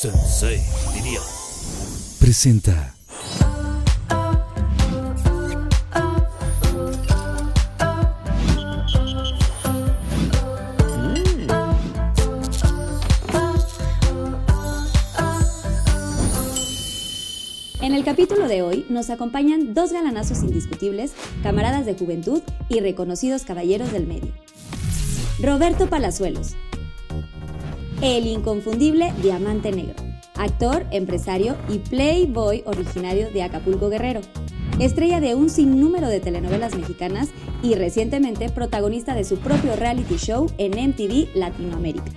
Sensei, diría. presenta En el capítulo de hoy nos acompañan dos galanazos indiscutibles, camaradas de juventud y reconocidos caballeros del medio. Roberto Palazuelos, el inconfundible Diamante Negro, actor, empresario y playboy originario de Acapulco Guerrero, estrella de un sinnúmero de telenovelas mexicanas y recientemente protagonista de su propio reality show en MTV Latinoamérica.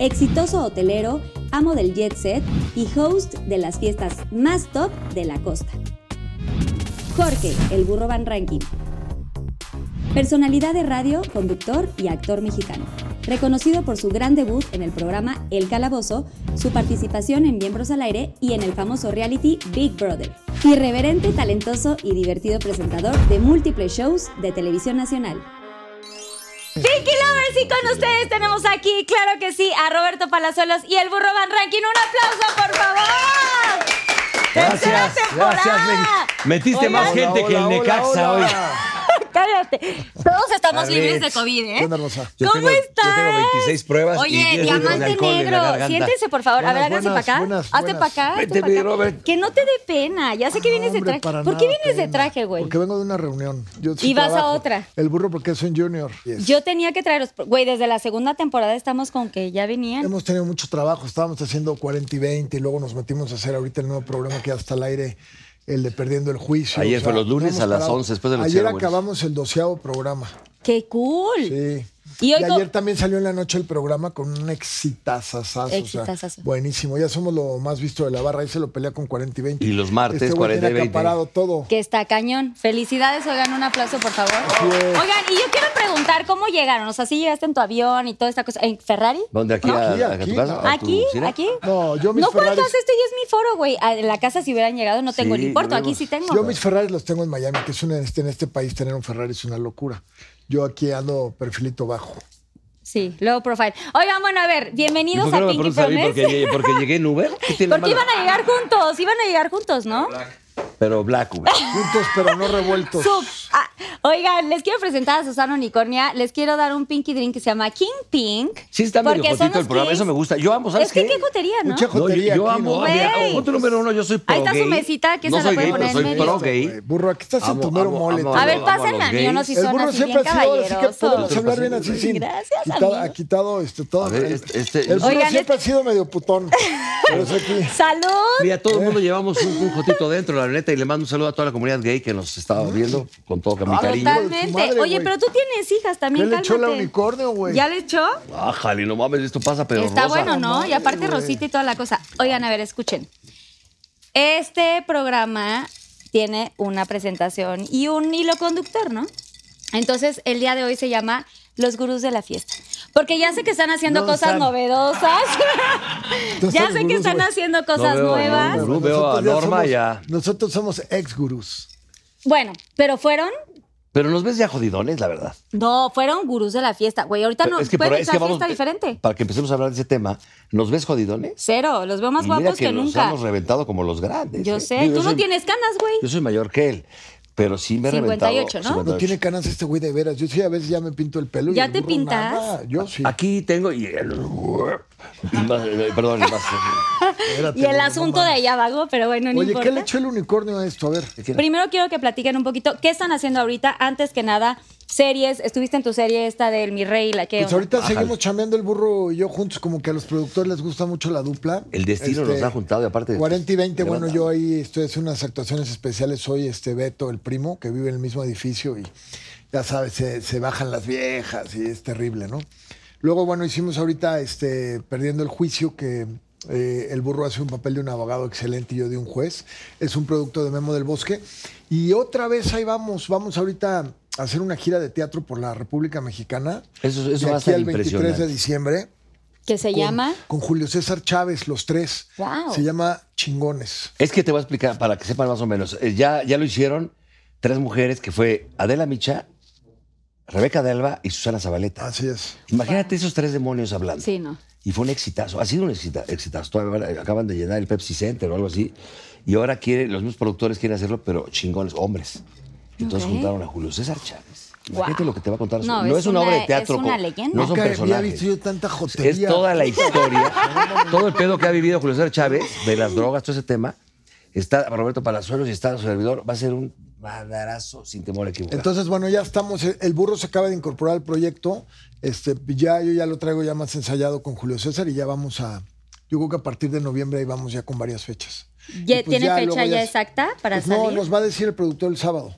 Exitoso hotelero, amo del jet set y host de las fiestas más top de la costa. Jorge, el burro Van Ranking, Personalidad de radio, conductor y actor mexicano. Reconocido por su gran debut en el programa El Calabozo, su participación en Miembros al Aire y en el famoso reality Big Brother. Irreverente, talentoso y divertido presentador de múltiples shows de televisión nacional. Pinky Lovers y con ustedes tenemos aquí, claro que sí, a Roberto Palazuelos y el Burro Van Ranking. Un aplauso, por favor. Tercera Gracias, temporada. gracias. Leti. Metiste más gente que el Necaxa hoy. Cállate. Todos estamos Alex, libres de COVID, ¿eh? ¿Qué onda, Rosa? Yo ¿Cómo tengo, Yo tengo estás? 26 pruebas y 10 Oye, litros de diamante alcohol en la negro, garganta. siéntese por favor. A ver, hágase Buenas, para buenas, acá. buenas, Hazte buenas. para acá. hazte Vente, pa' acá. mi Robert. Que no te dé pena. Ya sé Ah, que vienes Hombre, de para traje. ¿Por qué nada, vienes de pena. traje, güey? Porque vengo de una reunión. Yo sí Y vas a trabajo. otra. El burro porque es un junior. Yes. Yo tenía que traerlos. Güey, desde la segunda temporada estamos con que ya venían. Hemos tenido mucho trabajo. Estábamos haciendo 40 y 20 y luego nos metimos a hacer ahorita el nuevo programa que ya está al aire, el de Perdiendo el Juicio. Ayer fue los lunes no hemos a las parado. 11 después de los Ayer Cero Buenos. acabamos el doceavo programa. ¡Qué cool! Sí. Y Y, hoy co- ayer también salió en la noche el programa con un exitazazazo. o sea, Exitazazo. buenísimo. Ya somos lo más visto de la barra. Ahí se lo pelea con 40 y 20. Y los martes, este güey 40 y 20. Tiene acaparado todo. Que está cañón. Felicidades, oigan, un aplauso, por favor. Así es. Oigan, y yo quiero preguntar cómo llegaron. O sea, si llegaste en tu avión y toda esta cosa. ¿En Ferrari? ¿Dónde? ¿Aquí? No, a, aquí, a tu aquí, casa? no. ¿A tu ¿Aquí? cine? ¿Aquí? No, yo mis No cuentas Ferraris- esto y es mi foro, güey. A la casa si hubieran llegado no tengo Sí, ni importo. yo Aquí digo- sí tengo. Yo mis Ferraris los tengo en Miami, que es un, este- en este país tener un Ferrari es una locura. Yo aquí ando perfilito bajo. Sí, low profile. Oigan, bueno, a ver, ¿Y por bienvenidos qué no a me Pinky preguntas a mí? Promise. Porque, llegué- porque llegué en Uber. ¿Qué tiene Porque de iban malo? a llegar juntos, iban a llegar juntos, ¿no? Pero Black Uber. Juntos pero no revueltos. Sup. Ah, oigan, les quiero presentar a Susana Unicornia. Les quiero dar un pinky drink que se llama King Pink. Sí está medio porque son jotito el los programa, kings. eso me gusta. Yo amo, ¿sabes Es que qué? qué cotería, ¿no? Mucha No, yo, jotería yo aquí, amo, ¿no? mira, Güey. punto número uno, yo soy pro Ahí está su gay. mesita, que no esa la soy puede gay, poner pero en soy medio. pro gay. Güey, burro, aquí estás Amo, en tu mero amo, mole. amo, tú. A ver, amo a los pasen a mí, gays. no si el son burro así bien siempre ha sido, ahora sí que podemos caballerosos. Entonces, hablar bien así sin. Gracias, quitado- amigo. ha quitado esto todo. A ver, el, este- este- el burro Oigan, siempre ha sido medio putón. Pero es aquí. ¡Salud! Mira, todo el mundo llevamos un, un jotito dentro, la neta, y le mando un saludo a toda la comunidad gay que nos está viendo con todo mi cariño. hijo de su Totalmente. madre, Oye, güey. pero tú tienes hijas ¿Qué también, le echó la cálmate. unicornio, güey? ¿Ya le echó? Ájale, no mames, esto pasa, pero Está rosa. bueno, ¿no? madre, Y aparte güey. Rosita y toda la cosa. Oigan, a ver, escuchen. Este programa tiene una presentación y un hilo conductor, ¿no? Entonces, el día de hoy se llama Los Gurús de la Fiesta. Porque ya sé que están haciendo No cosas están. novedosas. No ya están sé que gurús, están güey. haciendo cosas veo, no, nuevas. no, no. Veo Nosotros a ya Norma somos- ya. Nosotros somos ex gurús. Bueno, pero fueron Pero nos ves ya jodidones, la verdad. No, fueron gurús de la fiesta, güey. Ahorita Pero no, es que, pueden por ahí- es echar que vamos. eh, fiesta diferente. Para que empecemos a hablar de ese tema, ¿nos ves jodidones? Cero, los veo más Y guapos mira que, que, nos nunca. hemos reventado como los grandes. Yo ¿eh? sé, Digo, tú yo no soy- tienes canas, güey. Yo soy mayor que él, pero sí me he 58, ¿no? reventado. No tiene canas este güey de veras. Yo sí a veces ya me pinto el pelo. y ¿Ya el te burro pintas? nada. Yo sí. Aquí tengo. Y el- y más- eh, perdón, y más. Espérate, Y el no asunto de mames. allá vago, pero bueno, no Oye, importa. ¿qué le echó el unicornio a esto? A ver. pues Primero quiero que platiquen un poquito qué están haciendo ahorita. Antes que nada, series. Estuviste en tu serie esta del Mi Rey, la que. Pues ahorita seguimos chambeando el burro y yo juntos, como que a los productores les gusta mucho la dupla. El destino nos ha juntado y aparte- 40 y 20, bueno, Levanta. yo ahí estoy haciendo unas actuaciones especiales. Soy este Beto, el primo, que vive en el mismo edificio y ya sabes, se, se bajan las viejas y es terrible, ¿no? Luego, bueno, hicimos ahorita este Perdiendo el Juicio, que eh, el burro hace un papel de un abogado excelente y yo de un juez. Es un producto de Memo del Bosque. Y otra vez ahí vamos, vamos ahorita a hacer una gira de teatro por la República Mexicana. Eso- eso De va a aquí estar al 23 impresionante. de diciembre. Que se con- llama. Con Julio César Chávez, los tres. Wow. Se llama Chingones. Es que te voy a explicar para que sepan más o menos. Eh, Ya, ya lo hicieron tres mujeres que fue Adela Micha, Rebeca de Alba y Susana Zabaleta. Así es. Imagínate esos tres demonios hablando. Sí, no. Y fue un exitazo. Ha sido un exita- exitazo. Todavía van- acaban de llenar el Pepsi Center o algo así. Y ahora quiere, los mismos productores quieren hacerlo, pero chingones, hombres. Entonces Ok. juntaron a Julio César Chávez. Guau. Imagínate lo que te va a contar. No, es, es una, obra una- de teatro. es una con- leyenda. No son Nunca había personajes. visto yo tanta Es jotería. toda la historia. todo el pedo que ha vivido Julio César Chávez, de las drogas, todo ese tema. Está Roberto Palazuelos y está su servidor. Va a ser un madarazo sin temor a equivocar. Entonces, bueno, ya estamos. eh, El burro se acaba de incorporar al proyecto. Este, ya yo ya lo traigo ya más ensayado con Julio César y ya vamos a. Yo creo que a partir de noviembre ahí vamos ya con varias fechas. ¿Ya Y pues ¿Tiene luego fecha ya se- exacta para Pues No, salir? nos va a decir el productor el sábado.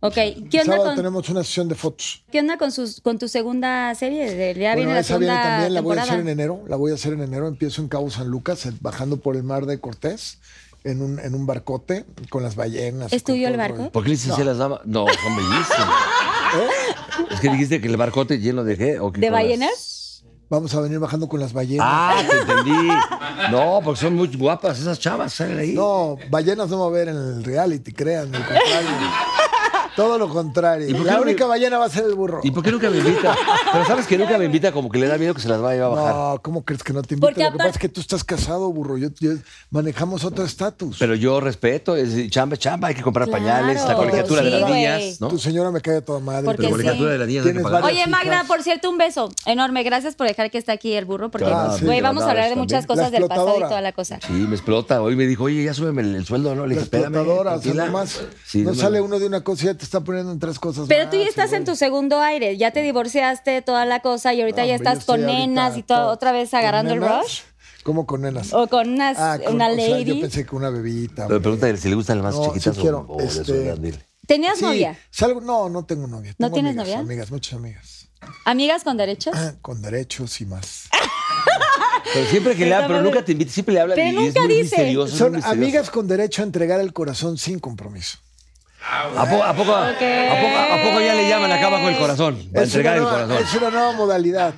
Ok, ¿qué el onda, sábado con, tenemos una sesión de fotos. qué onda con, sus, con tu segunda serie? De- Ya viene la esa viene segunda también, la voy a temporada. hacer en enero. La voy a hacer en enero. Empiezo en Cabo San Lucas, eh, bajando por el mar de Cortés, en un, en un barcote, con las ballenas. ¿Es con tuyo todo el barco? rollo. ¿Por qué le dices las damas? No, son bellísimas. ¿eh? Es que dijiste que el barcote lleno de qué? ¿O qué ¿De con las- ballenas? Vamos a venir bajando con las ballenas. Ah, te entendí. No, porque son muy guapas esas chavas, salen ahí. No, ballenas no va a haber en el reality, créanme. al contrario. Todo lo ¿Y contrario. por qué La no le- única ballena va a ser el burro. ¿Y por qué nunca me invita? Pero sabes que nunca me invita, como que le da miedo que se las vaya a bajar. No, ¿cómo crees que no te invito? Porque Lo que apar- pasa es que tú estás casado, burro. Yo, yo- manejamos otro estatus. Pero yo respeto, es decir, chamba, es chamba, hay que comprar Claro. pañales, la colegiatura de Sí, las güey. niñas, ¿no? Tu señora me cae a toda madre. Porque La pero- sí. colegiatura de las niñas hay que Tienes pagar. varias- Oye, Magda, por cierto, un beso enorme. Gracias por dejar que esté aquí el burro, porque Claro, sí, güey, vamos mandado a hablar de también. muchas La cosas del pasado y explotadora. toda la cosa. Sí, me explota. Hoy me dijo, oye, ya súbeme el, el sueldo, ¿no? Le La dije, espérame. explotadora, o sea, tranquila". nomás Sí, no me- sale uno de una cosa y ya te está poniendo en tres cosas. Ah, Pero más, tú ya estás güey. en tu segundo aire, ya te divorciaste, toda la cosa, y ahorita No, ya hombre, estás yo con estoy ahorita nenas y todo, todo- otra vez agarrando el ¿Con nenas? rush. ¿Cómo con nenas? O con unas, Ah, con- una o sea, yo lady. pensé que una bebita. Pero hombre. pregúntale si le gustan las más No, sí chiquitas o- quiero, o, de su este- edad, dile. ¿Tenías Sí, novia? salgo- no, no tengo novia. ¿No Tengo tienes amigas, novia? Amigas, muchas amigas. ¿Amigas con derechos? Con derechos y más. Ah, Pero siempre que le habla, pero Pero nunca te invita, siempre le habla nunca y es muy dice. misterioso. es muy Son misterioso. amigas con derecho a entregar el corazón sin compromiso. ¿A poco, a, poco, a, poco, a poco ya le llaman acá abajo el corazón? Para Es una entregar el nueva- corazón. Es una nueva modalidad.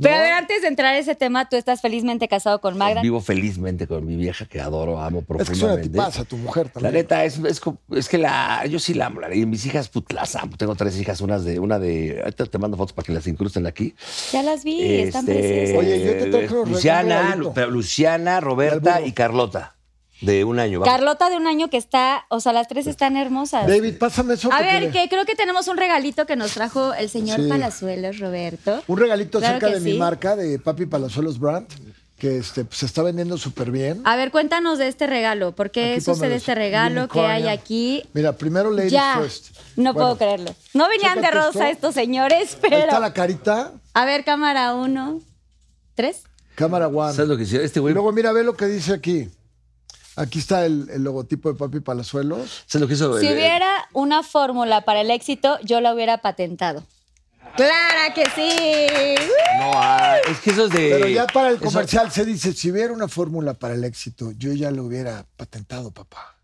Pero a ver, antes de entrar a ese tema, tú estás felizmente casado con Magda. Vivo felizmente con mi vieja que adoro, amo Es que es una profundamente. tipaza tu mujer La también. neta, es, es, co- es que la, yo sí la amo. la- y mis hijas, put, las amo. Tengo tres hijas, unas de, una de. ahorita te mando fotos para que las incrusten aquí. Ya las vi, están Este, preciosas. Oye, yo te traje unos Luciana, regalos, Lu- Lalito. pero Luciana, Roberta Del burro. y Carlota. De un año. vamos. Carlota de un año que está, o sea, las tres están hermosas. David, pásame eso. A porque ver, le- que creo que tenemos un regalito que nos trajo el señor Sí. Palazuelos, Roberto. Un regalito Claro acerca que de mi sí. marca, de Papi Palazuelos Brand, que este, pues, se está vendiendo súper bien. A ver, cuéntanos de este regalo. ¿Por qué Aquí, sucede pónmelo. este regalo que Unicornio. hay aquí? Mira, primero Ladies ya, First. no Bueno, puedo creerlo. No venían de chécate rosa esto. estos señores, Ahí está pero... la carita, A ver, cámara uno, tres. cámara ¿Sabes one. lo que hicieron? Este Y güey. luego mira, ve lo que dice aquí. Aquí está el, el logotipo de Papi Palazuelos. ¿Sabes lo que hizo? Eh, Si El- el- hubiera una fórmula para el éxito, yo la hubiera patentado. ¡Clara que sí! ¡Uh! No, ah, es que eso es de. Pero ya para el Eh, eso- comercial se dice, si hubiera una fórmula para el éxito, yo ya lo hubiera patentado, papá.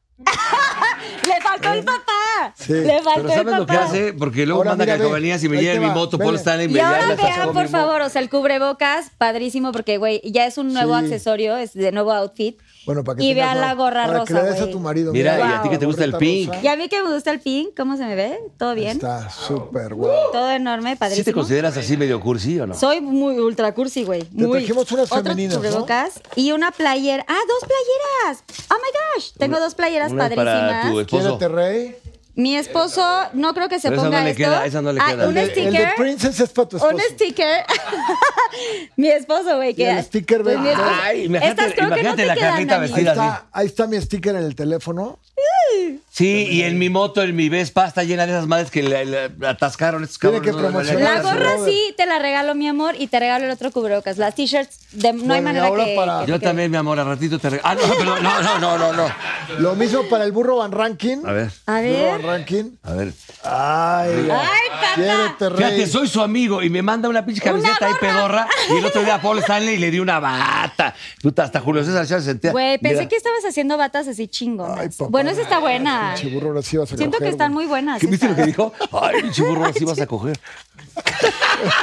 ¡Le faltó el papá! Sí, ¡Le Pero faltó el ¿sabes papá! lo que hace? Porque luego Ahora, manda mira, ve. calcomanías y me Ahí te llegan mi va, moto Paul vele. Stanley. Y me ya ahora me sacó vean, por mi mo- favor, o sea, el cubrebocas, padrísimo, porque, güey, ya es un nuevo Sí. accesorio, es de nuevo outfit. Bueno, para que y tengas vean una- la gorra para rosa, que le des a güey. tu marido. Mira, y a ti que te gusta el gorrita pink. rosa. Y a mí que me gusta el pink, ¿cómo se me ve? ¿Todo bien? Está súper guau. Todo enorme, ¿Sí te padrísimo. consideras así medio cursi o no? Soy muy ultra cursi, güey. Muy. trajimos unas Otro femeninas, ¿no? cubrebocas y una playera. ¡Ah, dos playeras! ¡Oh, my gosh! Tengo dos playeras Una padrísimas. Para tu esposo. Quédate, rey. Mi esposo, no creo que se Pero esa ponga no le esto. queda, esa no le Ah, queda. un El de- El de sticker. Princess es para tu esposo. Un sticker. Mi esposo, güey. que- el sticker Pues mi verde. esposo- Ay, imagínate- Estas creo que no imagínate te la quedan, Carlita Dani. Ahí vestida. está, ahí está mi sticker en el teléfono. Sí, y en mi moto, en mi Vespa, está llena de esas madres que le, le atascaron estos Tiene cabrones. que no les valía promocionar La nada. Gracias, gorra brother. sí te la regalo, mi amor, y te regalo el otro cubrebocas. Las t-shirts, de- no hay Bueno, y manera ahora que, para- que te Yo quede. también, mi amor, a ratito te reg- Ah, no, perdón, no, no, no, no, no. Lo mismo para el burro Van Ranking. A ver, A Burro Van ver. Ranking. a ver. Ay, ¡Ay, tata! Quédate, rey. Fíjate, soy su amigo y me manda una pinche camiseta ahí pedorra. Y el otro día a Paul Stanley le di una bata. Puta, hasta Julio César Chávez sentía. Güey, pensé Mira, que estabas haciendo batas así chingonas. Ay, papá. bueno, esa está buena. Pinche burro, ahora sí vas a Siento que coger, están güey. muy buenas. ¿qué ¿Viste lo esas. que dijo? Ay, pinche burro, así vas a coger.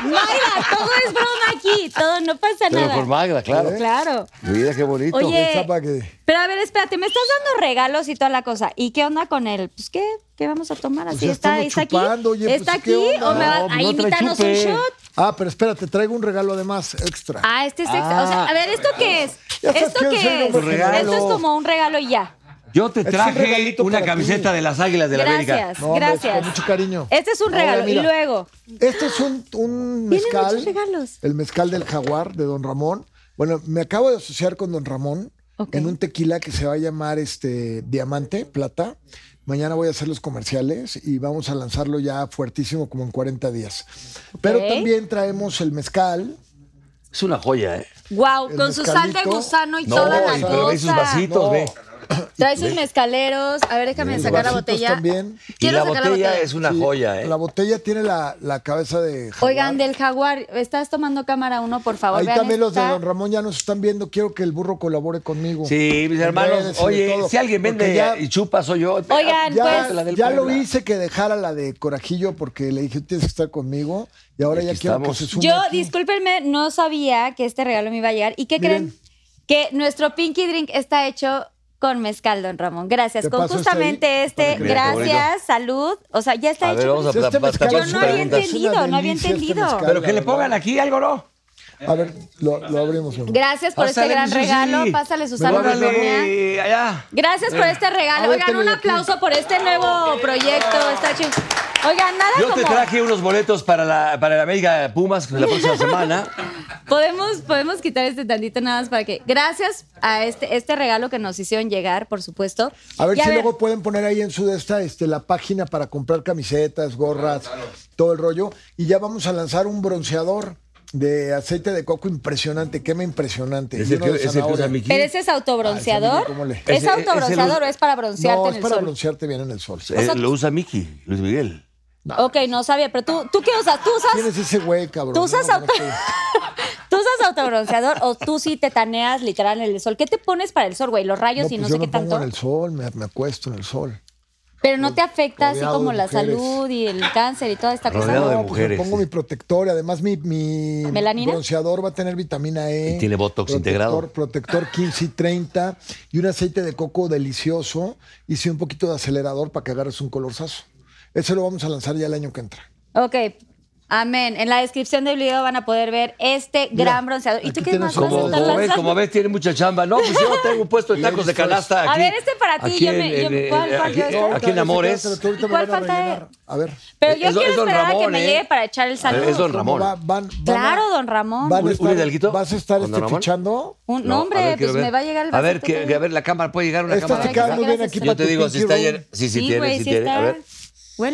Mayra, todo es broma aquí. Todo, no pasa Pero nada. por Magda, claro. Claro. Mira qué bonito. Oye, Está para que- pero a ver, espérate, ¿me estás dando los regalos y toda la cosa. ¿Y qué onda con él? Pues qué, ¿qué vamos a tomar? Pues Así ya está, estamos está aquí. chupando, oye, está pues, aquí ¿qué onda? o me va No, pues, ahí no trae invítanos un chupe. shot. Ah, pero espérate, traigo un regalo además extra. Ah, este es extra. O sea, a ver, ¿esto qué es? Ah, Ya sabes ¿Esto quién soy, qué es? hombre, regalo. Esto es como un regalo y ya. Yo te Es un traje regalito una para camiseta ti. de las Águilas de la América. Gracias, No, hombre, gracias. con mucho cariño. Este es un Ahora, regalo. mira. y luego, Este es un, un Vienen mezcal. muchos regalos. El mezcal del jaguar de Don Ramón. Bueno, me acabo de asociar con Don Ramón Ok. en un tequila que se va a llamar este Diamante Plata. Mañana voy a hacer los comerciales y vamos a lanzarlo ya fuertísimo como en 40 días. Pero Ok. también traemos el mezcal. Es una joya, ¿eh? wow, El con su sal de mezcalito. gusano y No, toda la y- pero ve sus cosa. vasitos, No. ve. Trae sus mezcaleros. A ver, déjame Los sacar la vasitos botella. también. Y Quiero la sacar botella, es una Sí, joya, ¿eh? La botella tiene la, la cabeza de jaguar. Oigan, del jaguar, estás tomando cámara uno, por favor. Ahí vean también los de esta. Don Ramón ya nos están viendo. Quiero que el burro colabore conmigo. Sí, mis En hermanos. redes y de Oye, todo. si alguien Porque vende ya- y chupa, soy yo. Oigan, ya, pues- La del ya lo Puebla. hice que dejara la de Corajillo porque le dije, tienes que estar conmigo. Y ahora Y ya aquí quiero estamos. que se sume. Yo, aquí. discúlpenme, no sabía que este regalo me iba a llegar. ¿Y qué Miren. creen? Que nuestro Pinky Drink está hecho con mezcal, don Ramón. Gracias. ¿Te Con paso este ahí? justamente este. Para que veas, gracias, salud. O sea, ya está A ver, hecho. vamos a Este pla- pla- mezcal tapar es sus una no había preguntas. delicia, entendido, no había este entendido. mezcal, Pero que la le verdad. pongan aquí algo, ¿no? A ver, lo, lo abrimos. mi amor. Gracias por este Pásale, gran mi Susi. regalo. Pásale, Susana. Órale, Borgoña. allá. Gracias por este A regalo. ver, Oigan, tenlo un de aquí. aplauso por este nuevo proyecto. Está chido. Oigan, nada Yo te como... traje unos boletos para la, para la América Pumas la próxima semana. Podemos, podemos quitar este tantito nada más para que. Gracias a este, este regalo que nos hicieron llegar, por supuesto. A ver Y si luego pueden poner ahí en su de esta este, la página para comprar camisetas, gorras, todo el rollo. Y ya vamos a lanzar un bronceador de aceite de coco impresionante, quema impresionante. Es Y el uno que, de es el que zanahoria. usa Miki. Pero ese es Ay, autobronceador. Ah, ese, ¿cómo le- ¿Es Ese- autobronceador ese- o es para broncearte No, en es el para sol? broncearte bien en el sol. Eh, lo usa Miki, Luis Miguel. Ok, no sabía, pero tú, ¿tú qué usas? ¿Tú ¿Quién es usas, ese güey, cabrón? tú usas, No, auto- no, no, no. ¿Tú usas autobronceador o tú sí tetaneas literal en el sol? ¿Qué te pones para el sol, güey? Los rayos y pues no yo sé me qué pongo tanto. en el sol, me, me acuesto en el sol. Pero no te afecta así Rodeado como de la mujeres. salud y el cáncer y toda esta cosa. Rodeado de ¿no? No, pues me mujeres, pongo sí. mi protector y además mi, mi ¿Melanina? bronceador va a tener vitamina E. Y tiene botox protector, integrado. Protector 15 y 30 y un aceite de coco delicioso y sí un poquito de acelerador para que agarres un colorzazo. Ese lo vamos a lanzar ya el año que entra. Ok. Amén. En la descripción del video van a poder ver este gran bronceador. ¿Y aquí tú qué tienes más otro. vas a Como, estar como ves, lanzando? como ves, tiene mucha chamba. No, pues yo tengo un puesto de tacos de pues, canasta A aquí. ver, este para ti, Aquí yo me- yo- en- en- ¿cuál- cuál aquí- yo este? Aquí en Amores. Ahorita me ¿Y cuál van a falta de- rellenar. A ver. Pero yo Es don- quiero es don esperar a que Ramón, me ¿eh? llegue para echar el A ver, saludo. Es don ¿Cómo Ramón. va- van- van a- Claro, don Ramón. van a ¿Un- un estar- hidalguito? ¿Vas a estar ¿Don este, Ramón? fichando? Un, No, no, a hombre, ver, pues quiero ver. me va a llegar el A ver, vasito que, todo. a ver, la cámara, ¿puede llegar una Esta cámara? te queda acá? muy bien aquí Yo para te tu digo, si pinky está room. llena. Sí, sí, tiene, güey, sí tiene. está. A ver. Pues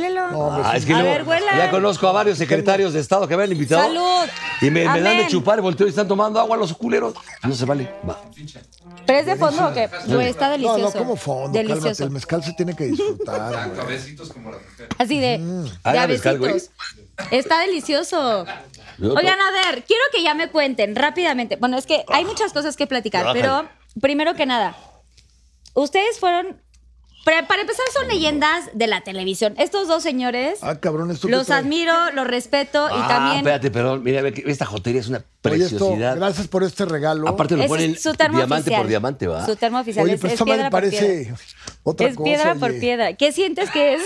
Huélelo. Ah, es que a luego- ver, huela. ya conozco a varios secretarios de Estado que me han invitado. Salud. Y me, me dan de Amén. chupar, volteo y están tomando agua los culeros. Ah, No se vale. Va. ¿Pero es de fondo o qué? Güey, está delicioso. No, no, como fondo, Delicioso. cálmate. El mezcal se tiene que disfrutar. güey. Así de, Ah, de era mezcal, güey. avesitos. Está delicioso. Yo to- Oigan, a ver, quiero que ya me cuenten rápidamente. Bueno, es que Ah. hay muchas cosas que platicar, Bájale. pero primero que nada, ustedes fueron. Para, para empezar, son leyendas de la televisión. Estos dos señores, Ah, cabrón, esto que los trae. admiro, los respeto y Ah, también. espérate, perdón. Mira, ve que esta jotería es una Oye, esto, preciosidad. gracias por este regalo. Aparte Ese lo es ponen su termo diamante oficial. por diamante, ¿va? Su termo oficial Oye, es, pero es esta madre piedra por parece piedra. otra es cosa. piedra por oye. piedra. ¿Qué sientes que es?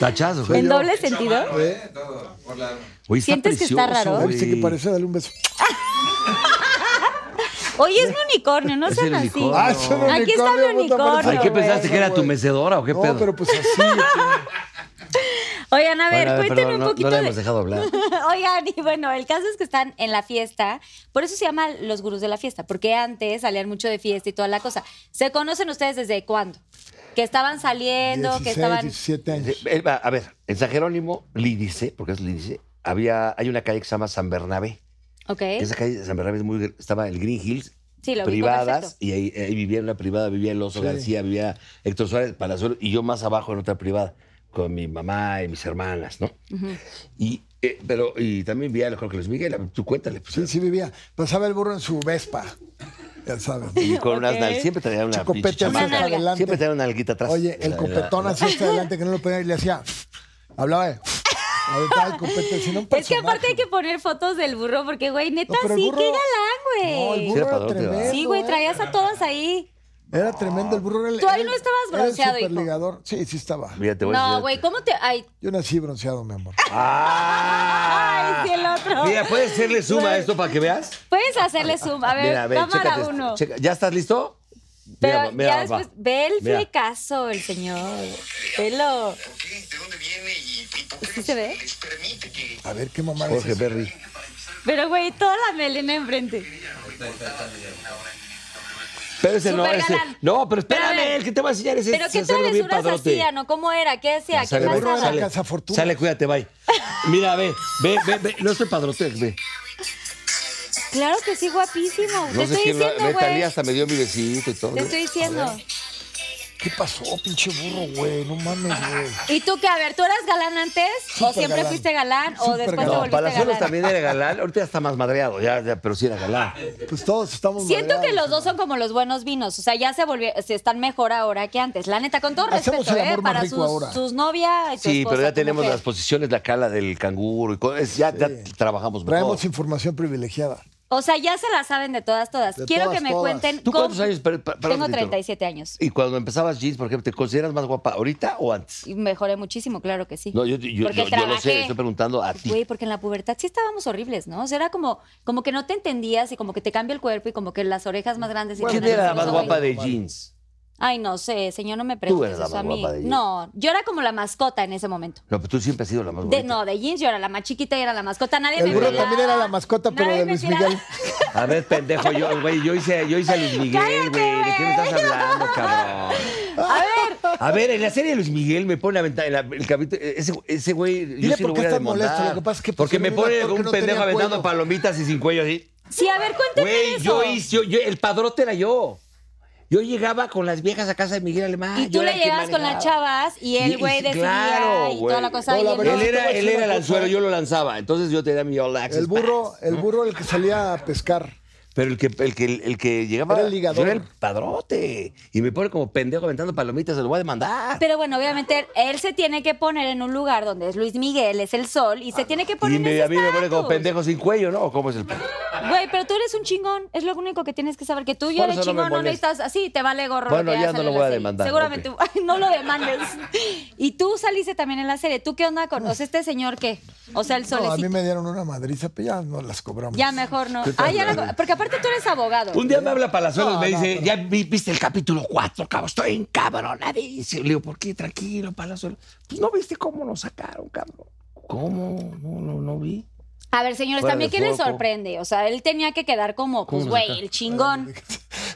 Tachazo, güey. ¿En doble sentido? ¿Eh? Oye, está ¿Sientes que está precioso, raro? ¿Ya güey. viste que parece? Dale un beso. Oye, es mi unicornio, no Es sean el así. unicornio. Ah, es un Aquí está mi unicornio, puta madre. unicornio. Ay, ¿qué güey. pensaste? ¿Que era tu güey. mecedora o qué No, pedo? pero pues así. tío. Oigan, a Bueno, a ver, ver, cuéntenme perdón, un no- No, poquito la de- hemos dejado hablar. Oigan, y bueno, el caso es que están en la fiesta. Por eso se llama los gurús de la fiesta, porque antes salían mucho de fiesta y toda la cosa. ¿Se conocen ustedes desde cuándo? Que estaban saliendo, 16, que estaban. 17 años. Eh, va, A ver, en San Jerónimo, Lídice, porque es Lídice, había, hay una calle que se llama San Bernabé. Ok. Esa calle de San Bernabé es muy, gr- estaba el Green Hills, ¿Eh? Sí, lo ubico privadas, perfecto. y ahí, ahí vivía en una privada, vivía el Oso García, vivía Héctor Suárez Palazuelo, y yo más abajo en otra privada, con mi mamá y mis hermanas, ¿no? Y eh, pero y también vivía el Jorge Luis Miguel, a ver, tú cuéntale. Pues, Sí, sí vivía. Pasaba el burro en su Vespa. Ya sabes. Y con unas Ok. nal- siempre traía una Su pinche copete así chamarra. hasta nalga. adelante. Siempre traía una alguita atrás. Oye, el La- la- copetón la- así hasta adelante que no lo podía y le hacía. Hablaba de. Aventaba el copete. Sino un Es que aparte personaje. hay que poner fotos del burro, porque, güey, neta, No, pero el sí, burro- qué galán, No, el güey. burro Sí, era era padrote, ¿verdad? tremendo. sí, güey, ¿eh? traías a todas ahí. Era tremendo el burro. Era- Tú ahí era- no estabas era el bronceado, hijo. superligador. Sí, sí estaba. Mira, te voy a No, enseñar- güey, ¿cómo te...? Ay, Yo nací bronceado, mi amor. ¡Ah! Ay, sí, el otro. Mira, ¿puedes hacerle zoom a Güey. esto para que veas? puedes hacerle zoom. A ver, Mira, cámara chécate esto. uno. Checa- ¿Ya estás listo? Pero Mira, mira, ya papá. después, ve el Mira. flecazo, el señor. Velo. ¿Por qué? ¿De dónde viene? ¿Y, y por qué ¿Sí se les- ve? les permite que A ver, ¿qué mamá es Jorge esa? Berry. Pero, güey, toda la melena enfrente. Pero ese no, Súper ese. galán. No, pero Pero a espérame, ver. el que te va a enseñar ese Pero, es ¿qué hacerlo bien travesuras padrote. hacía, no? ¿Cómo era? ¿Qué hacía? ¿Qué Sale, El burro pasaba? era cazafortuna. sale, cuídate, bye. Mira, ve, ve, ve, ve. No soy padrote, ve. Claro que sí, guapísimo. No te sé estoy quién lo diciendo, ve. Talía güey. hasta me dio mi besito y todo. Te estoy diciendo. ¿Qué pasó, pinche burro, güey? No mames, güey. ¿Y tú qué? A ver, ¿tú eras galán antes? ¿O Súper siempre galán. fuiste galán? ¿O Súper después galán. No, te volviste Palazuelos galán? también era galán. Ahorita ya está más madreado, ya, ya, pero sí era galán. Pues todos estamos Siento que madreados, los dos son como los buenos vinos. O sea, ya se volvió, se están mejor ahora que antes. La neta, con todo Hacemos respeto, el ¿eh? amor más Para rico sus, ahora. sus novias y su Sí, esposa, pero ya tu tenemos mujer. las posiciones, la cala del canguro y co- es- ya, ya trabajamos mejor. Traemos información privilegiada. O sea, ya se las saben de todas, todas. De Quiero todas, que me todas. cuenten. ¿Tú cómo- cuántos años? Per- per- perdón, Tengo te interrumpo. 37 años. Y cuando empezabas jeans, por ejemplo, ¿te consideras más guapa ahorita o antes? Y mejoré muchísimo, claro que sí. No, yo, yo- yo- Porque yo- yo lo sé, trabajé. estoy preguntando a ti. Güey, porque en la pubertad sí estábamos horribles, ¿no? O sea, era como, como que no te entendías y como que te cambia el cuerpo y como que las orejas más grandes. Y ¿Quién los era la ojos más ojos. guapa de jeans? Ay, no sé, señor, no me preguntes eras la eso a más mí. guapa de jeans. No, yo era como la mascota en ese momento. No, pero tú siempre has sido la más De, bonita. no, de jeans yo era la más chiquita y era la mascota. Nadie El me burro pelaba. también era la mascota, pero Nadie de me Luis tiraba. Miguel. A ver, pendejo, yo, güey, yo hice, yo hice a Luis Miguel, Cállate, güey. ¿De qué me estás güey. hablando, cabrón? A ver, A ver, en la serie de Luis Miguel me pone a aventar en la- el capítulo. Ese, ese güey. yo Dile sí por lo qué voy a estás molesto, demandar. lo que pasa es que pues, Porque me pusieron un pone actor un que no pendejo tenía aventando cuello. palomitas y sin cuello así. sí, a ver, cuéntame Güey, eso. yo hice. Yo, yo- el padrote era yo. Yo llegaba con las viejas a casa de Miguel Alemán. Ah, Y tú yo era le el que llegas con manejaba. las chavas y Y- el y- güey decidía claro, y güey. toda la cosa. No, y la él verdad Él no. te voy era, a decir él era una el cosa. anzuelo, yo lo lanzaba. Entonces yo tenía mi All Access El burro, Pass. el burro el que salía a pescar. Pero el que, el que, el que llegaba. Era el ligador. Yo era el padrote. Y me pone como pendejo aventando palomitas, se lo voy a demandar. Pero bueno, obviamente él se tiene que poner en un lugar donde es Luis Miguel, es el sol, Ah, y se tiene que poner y en me, ese a mí me pone como estatus. pendejo sin cuello, ¿no? ¿O ¿Cómo es el pedo? Güey, pero tú eres un chingón, es lo único que tienes que saber, que tú ya Por eres eso no me chingón, no, molesta. necesitas así, te vale gorro. Bueno, que ya sale no lo en la voy a serie. demandar, Seguramente, ok. ay, no lo demandes. Y tú saliste también en la serie, ¿tú qué onda con, o sea, este señor qué? O sea, el No, a mí solecito. me dieron una madriza, pero ya no las cobramos. Ya mejor no. ¿Qué tal, Ah, ya la- güey? porque aparte tú eres abogado. Un día me habla Palazuelos, No, me no, dice, pero- ya vi- viste el capítulo 4, cabrón, estoy encabronadísimo. Le digo, ¿por qué? Tranquilo, Palazuelos. Pues no viste cómo nos sacaron, cabrón. ¿Cómo? No, no, no vi. A ver, señores, Fuera también de ¿qué le foco. sorprende? O sea, él tenía que quedar como, pues, nos güey, saca? el chingón.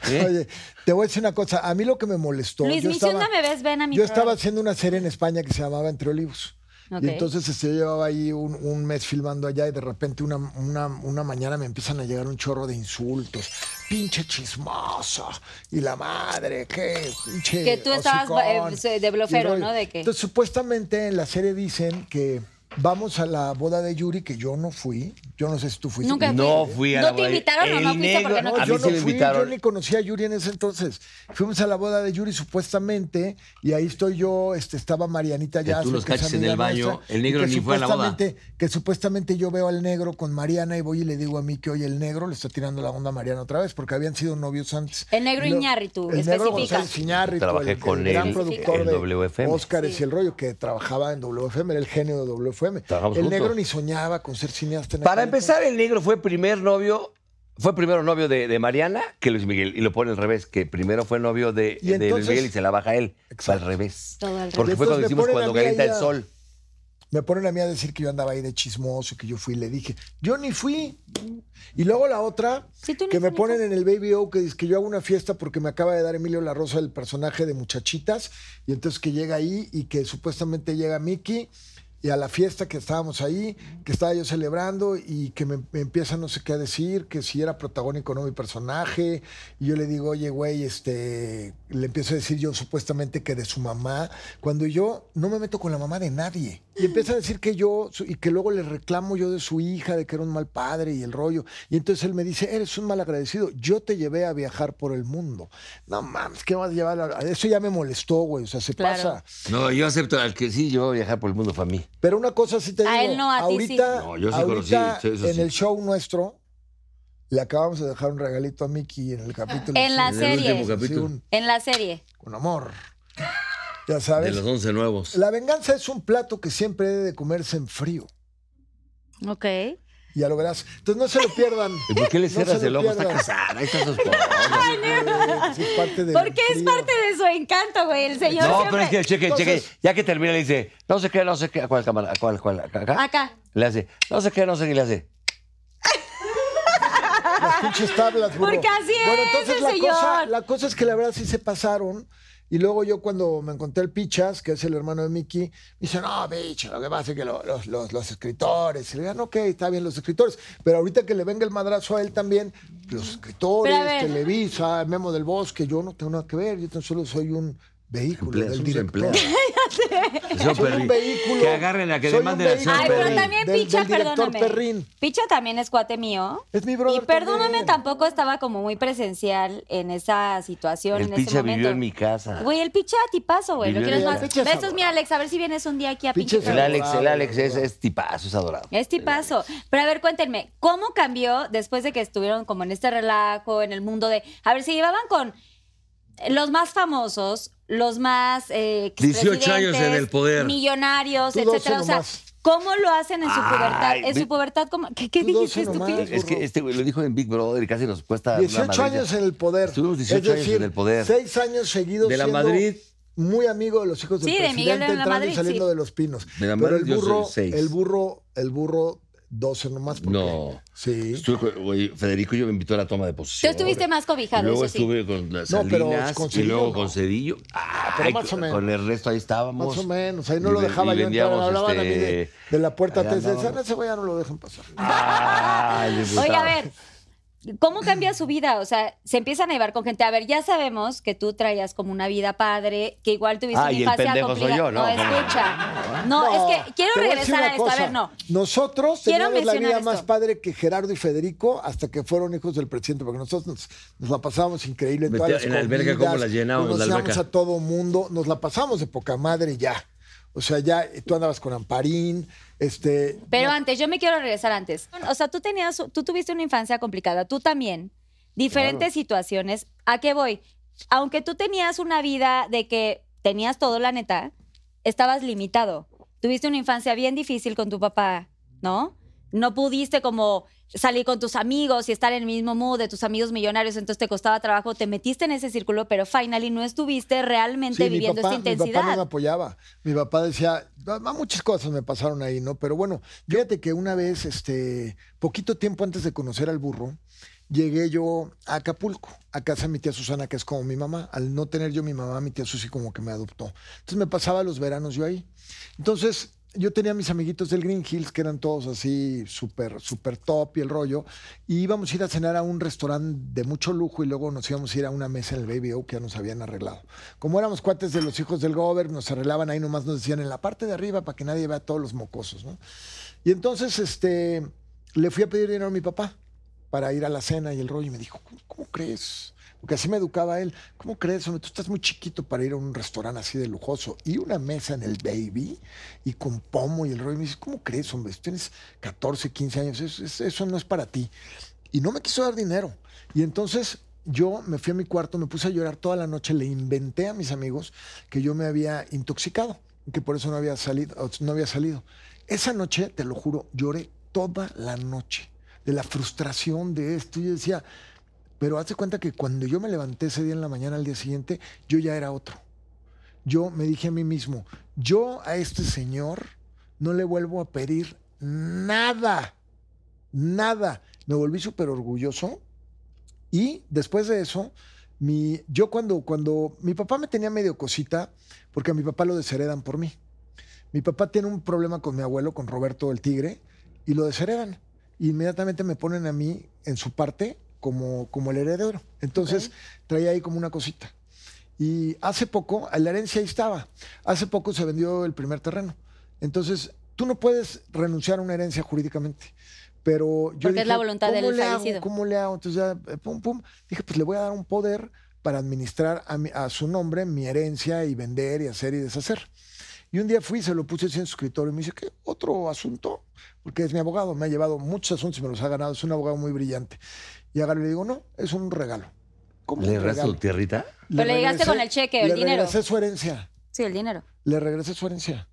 ¿Eh? Oye, te voy a decir una cosa. A mí lo que me molestó. Luis, yo mi estaba- onda me ves, ven a mi Yo programa. estaba haciendo una serie en España que se llamaba Entre Olivos. Ok. Y entonces este, yo llevaba ahí un, un mes filmando allá y de repente una, una, una mañana me empiezan a llegar un chorro de insultos. Pinche chismoso. Y la madre, qué pinche. Que tú estabas, hocicón". eh, de blofero, Y rollo. ¿no? De que- Entonces, supuestamente en la serie dicen que vamos a la boda de Yuri, que yo no fui. Yo no sé si tú fuiste. Nunca No fui a la ¿No te boda. invitaron o El no fuiste porque negro- no No, A yo mí no sí me fui, invitaron. yo ni conocía a Yuri en ese entonces. Fuimos a la boda de Yuri supuestamente y ahí estoy yo, este, estaba Marianita Que ya. tú los caches en el baño, el negro ni fue a la boda. Que supuestamente yo veo al negro con Mariana y voy y le digo a mí que hoy el negro le está tirando la onda a Mariana otra vez porque habían sido novios antes. El negro Y lo- Iñárritu, El negro especifica. González Iñárritu, Trabajé el, con el él gran en productor de WFM. Óscares y el rollo que trabajaba en WFM, era el genio de WFM. Trabajamos el juntos. negro ni soñaba con ser cineasta. en Para aquel empezar, el negro fue primer novio, fue primero novio de, de Mariana que Luis Miguel. Y lo pone al revés, que primero fue novio de, Y de Luis entonces- Miguel y se la baja él. Fue Exacto. al revés. Todo al Porque revés. fue cuando Entonces me hicimos ponen cuando a mí calienta el allá. sol. Me ponen a mí a decir que yo andaba ahí de chismoso, que yo fui y le dije, yo ni fui. Y luego la otra, Sí, tú ni que me fui, ni ponen en el Baby O, que dice que yo hago una fiesta porque me acaba de dar Emilio La Rosa el personaje de Muchachitas, y entonces que llega ahí y que supuestamente llega Mickey. Y a la fiesta que estábamos ahí, que estaba yo celebrando y que me, me empieza no sé qué a decir, que si era protagónico o no mi personaje. Y yo le digo, oye, güey, este, le empiezo a decir yo supuestamente que de su mamá, cuando yo no me meto con la mamá de nadie. Y empieza a decir que yo, su- y que luego le reclamo yo de su hija, de que era un mal padre y el rollo. Y entonces él me dice, eres un mal agradecido, yo te llevé a viajar por el mundo. No mames, ¿qué vas a llevar? a- Eso ya me molestó, güey, o sea, se Claro. pasa. No, yo acepto al que sí, yo voy a viajar por el mundo fue a mí. Pero una cosa sí te A digo, él no, a ti sí. ahorita, No, yo sí ahorita conocí, sí, eso en sí. el show nuestro, Le acabamos de dejar un regalito a Mickey en el capítulo. En la sí, serie. último capítulo. un- En la serie. con amor. Ya De sabes. los 11 nuevos. La venganza es un plato que siempre debe comerse en frío. Ok. Ya lo verás. Entonces no se lo pierdan. ¿Y por qué le No cierras se el lo ojo? Está pierdan. casada, ahí está su esposa. Sí, es parte del Porque es frío. parte de su encanto, güey. El señor. No, siempre- pero es que cheque, Entonces- cheque. Ya que termina, le dice, no sé qué, no sé qué. ¿A cuál cámara? ¿A cuál, cuál? ¿Acá? acá? Acá. Le hace, no sé qué, no sé qué. Y le hace, Las pinches tablas, burro. Porque así Bueno, es, entonces el la señor. cosa, la cosa es que la verdad sí se pasaron. Y luego yo cuando me encontré al Pichas, que es el hermano de Mickey, me dice, no, bicho, lo que pasa es que lo- los, los- los escritores. Y le digan, ok, está bien los escritores. Pero ahorita que le venga el madrazo a él también, los escritores, Pero a ver. Televisa, Memo del Bosque, yo no tengo nada que ver. Yo tan solo soy un vehículo Emplea- del somos director. empleados. señor Soy Perrín, un vehículo. Que agarren a que Soy un demanden al vehículo señor Ay, pero del- Perrín. también del- Picha, del director perdóname. Perrín. Picha también es cuate mío. Es mi brother Y perdóname, también. tampoco estaba como muy presencial en esa situación, El en ese picha momento. vivió en mi casa. Güey, el Picha tipazo, güey. Lo Vivió quieres en mi más. casa. Besos, mi Alex, a ver si vienes un día aquí a Picha Pinche. El Ah, Alex, el ah, Alex ah, es, ah. es tipazo, es adorado. Es tipazo. Pero a ver, cuéntenme, ¿cómo cambió después de que estuvieron como en este relajo, en el mundo de. A ver, se llevaban con los más famosos, los más. Eh, 18 años en el poder. Millonarios, Tú doce etcétera. O sea, nomás. ¿cómo lo hacen en su pubertad? Ay, En ve- su pubertad, ¿cómo? ¿Qué, qué Tú dijiste, doce estúpido? nomás. Es que este güey lo dijo en Big Brother y casi nos cuesta. una 18 madrilla. años en el poder. Estuvimos 18 es decir, años en el poder. 6 años seguidos De la siendo Madrid. Muy amigo de los hijos del Sí, de presidente, Miguel de la entrando Madrid, y saliendo sí. de los pinos. De la Pero el Madrid yo soy burro, seis. el burro, el burro 12 nomás porque No. Sí. Estuve con- güey, Federico y yo me invitó a la toma de Tú posición. estuviste más Y cobijado, luego eso sí. estuve con las No, pero Salinas con y Cedillo, luego no. con Cedillo. Ah, pero más o menos. Con el resto ahí estábamos. Más o menos, ahí no Y lo ve- dejaba y yo entrar, vendíamos, hablaban a mí de, este, de la puerta ahí antes de andábamos. esa, ese güey ya no lo dejan pasar. Ay, diputado. Oye, a ver, ¿cómo cambia su vida? O sea, se empiezan a llevar con gente. A ver, ya sabemos que tú traías como una vida padre, que igual tuviste Ah, una y el infancia pendejo soy complicada. yo, ¿no? ¿Cómo? escucha. No, es que quiero te voy a decir regresar a, una esto. A cosa. ver, no. Nosotros Quiero teníamos la vida mencionar más esto. padre que Gerardo y Federico hasta que fueron hijos del presidente, porque nosotros nos, nos la pasábamos increíble en Metía- todas las en la alberca, comidas, cómo la llenábamos, la conocíamos alberca. a todo mundo, nos la pasamos de poca madre ya. O sea, ya eh, tú andabas con Amparín, este... Pero antes, yo me quiero regresar antes. O sea, tú tenías, tú tuviste una infancia complicada, tú también. Diferentes situaciones. ¿A qué voy? Aunque tú tenías una vida de que tenías todo, la neta, estabas limitado. Tuviste una infancia bien difícil con tu papá, ¿no? No pudiste como salir con tus amigos y estar en el mismo mood de tus amigos millonarios, entonces te costaba trabajo, te metiste en ese círculo, pero finally no estuviste realmente sí, mi viviendo papá, esta mi papá no intensidad. me apoyaba. Mi papá decía, "Ah, muchas cosas me pasaron ahí, ¿no? Pero bueno, fíjate que una vez, este, poquito tiempo antes de conocer al burro, llegué yo a Acapulco, a casa de mi tía Susana, que es como mi mamá. Al no tener yo mi mamá, mi tía Susi como que me adoptó. Entonces me pasaba los veranos yo ahí. Entonces, yo tenía mis amiguitos del Green Hills, que eran todos así súper, súper top y el rollo. Y íbamos a ir a cenar a un restaurante de mucho lujo y luego nos íbamos a ir a una mesa en el Baby O que ya nos habían arreglado. Como éramos cuates de los hijos del Gober, nos arreglaban ahí nomás, nos decían en la parte de arriba para que nadie vea todos los mocosos, ¿no? Y entonces, este, le fui a pedir dinero a mi papá para ir a la cena y el rollo y me dijo, ¿cómo, cómo crees? Porque así me educaba él. ¿Cómo crees? Hombre, tú estás muy chiquito para ir a un restaurante así de lujoso y una mesa en el baby y con pomo y el rollo. Y me dice, ¿cómo crees, hombre? Tú tienes 14, 15 años, eso, eso- eso no es para ti. Y no me quiso dar dinero. Y entonces yo me fui a mi cuarto, me puse a llorar toda la noche, le inventé a mis amigos que yo me había intoxicado y que por eso no había salido. o No había salido. Esa noche, te lo juro, lloré toda la noche de la frustración de esto. Y Yo decía, pero hazte cuenta que cuando yo me levanté ese día en la mañana, al día siguiente, yo ya era otro. Yo me dije a mí mismo, yo a este señor no le vuelvo a pedir nada, nada. Me volví súper orgulloso y después de eso, mi, yo cuando, cuando mi papá me tenía medio cosita, porque a mi papá lo desheredan por mí. Mi papá tiene un problema con mi abuelo, con Roberto el Tigre, y lo desheredan. Y inmediatamente me ponen a mí en su parte como, como el heredero. Entonces traía ahí como una cosita. Y hace poco, la herencia ahí estaba. Hace poco se vendió el primer terreno. Entonces, tú no puedes renunciar a una herencia jurídicamente. Pero yo Porque es dije, la voluntad ¿cómo del le hago? fallecido. ¿Cómo le hago? Entonces ya, eh, pum, pum. Dije, pues le voy a dar un poder para administrar a, mi- a su nombre mi herencia y vender y hacer y deshacer. Y un día fui, se lo puse así en su escritorio y me dice, ¿qué? ¿Otro asunto? Porque es mi abogado, me ha llevado muchos asuntos y me los ha ganado, es un abogado muy brillante. Y agarro y le digo, no, es un regalo. ¿Cómo ¿Le un agarraste regalo? tu tierrita? Pero le llegaste regresé- con el cheque, el Le dinero. regresé su herencia. Sí, el dinero. Le regresé su herencia.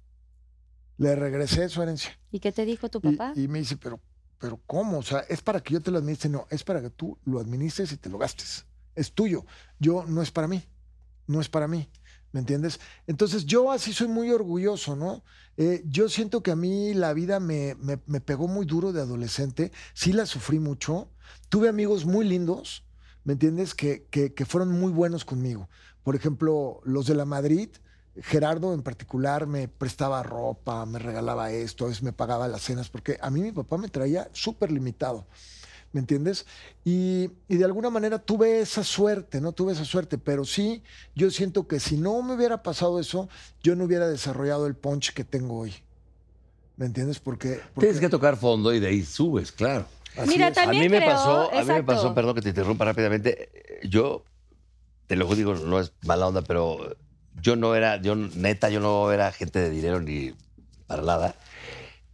Le regresé su herencia. ¿Y qué te dijo tu Y- papá? Y, me dice, pero, pero ¿cómo? O sea, es para que yo te lo administre. No, es para que tú lo administres y te lo gastes. Es tuyo. Yo no es para mí. No es para mí. ¿Me entiendes? Entonces yo así soy muy orgulloso, ¿no? Eh, yo siento que a mí la vida me, me- me pegó muy duro de adolescente. Sí la sufrí mucho. Tuve amigos muy lindos, ¿me entiendes? Que, que- que fueron muy buenos conmigo. Por ejemplo, los de la Madrid, Gerardo en particular me prestaba ropa, me regalaba esto, a veces me pagaba las cenas, porque a mí mi papá me traía súper limitado. ¿Me entiendes? Y, y de alguna manera tuve esa suerte, ¿no? Tuve esa suerte, pero sí, yo siento que si no me hubiera pasado eso, yo no hubiera desarrollado el punch que tengo hoy. ¿Me entiendes? Porque... porque Tienes que tocar fondo y de ahí subes, claro. así Mira, es. tal- También a mí me creo, pasó, a mí me exacto. pasó, perdón que te interrumpa rápidamente. eh, Yo, te lo digo, no es mala onda, pero yo no era, yo neta, yo no era gente de dinero ni para nada.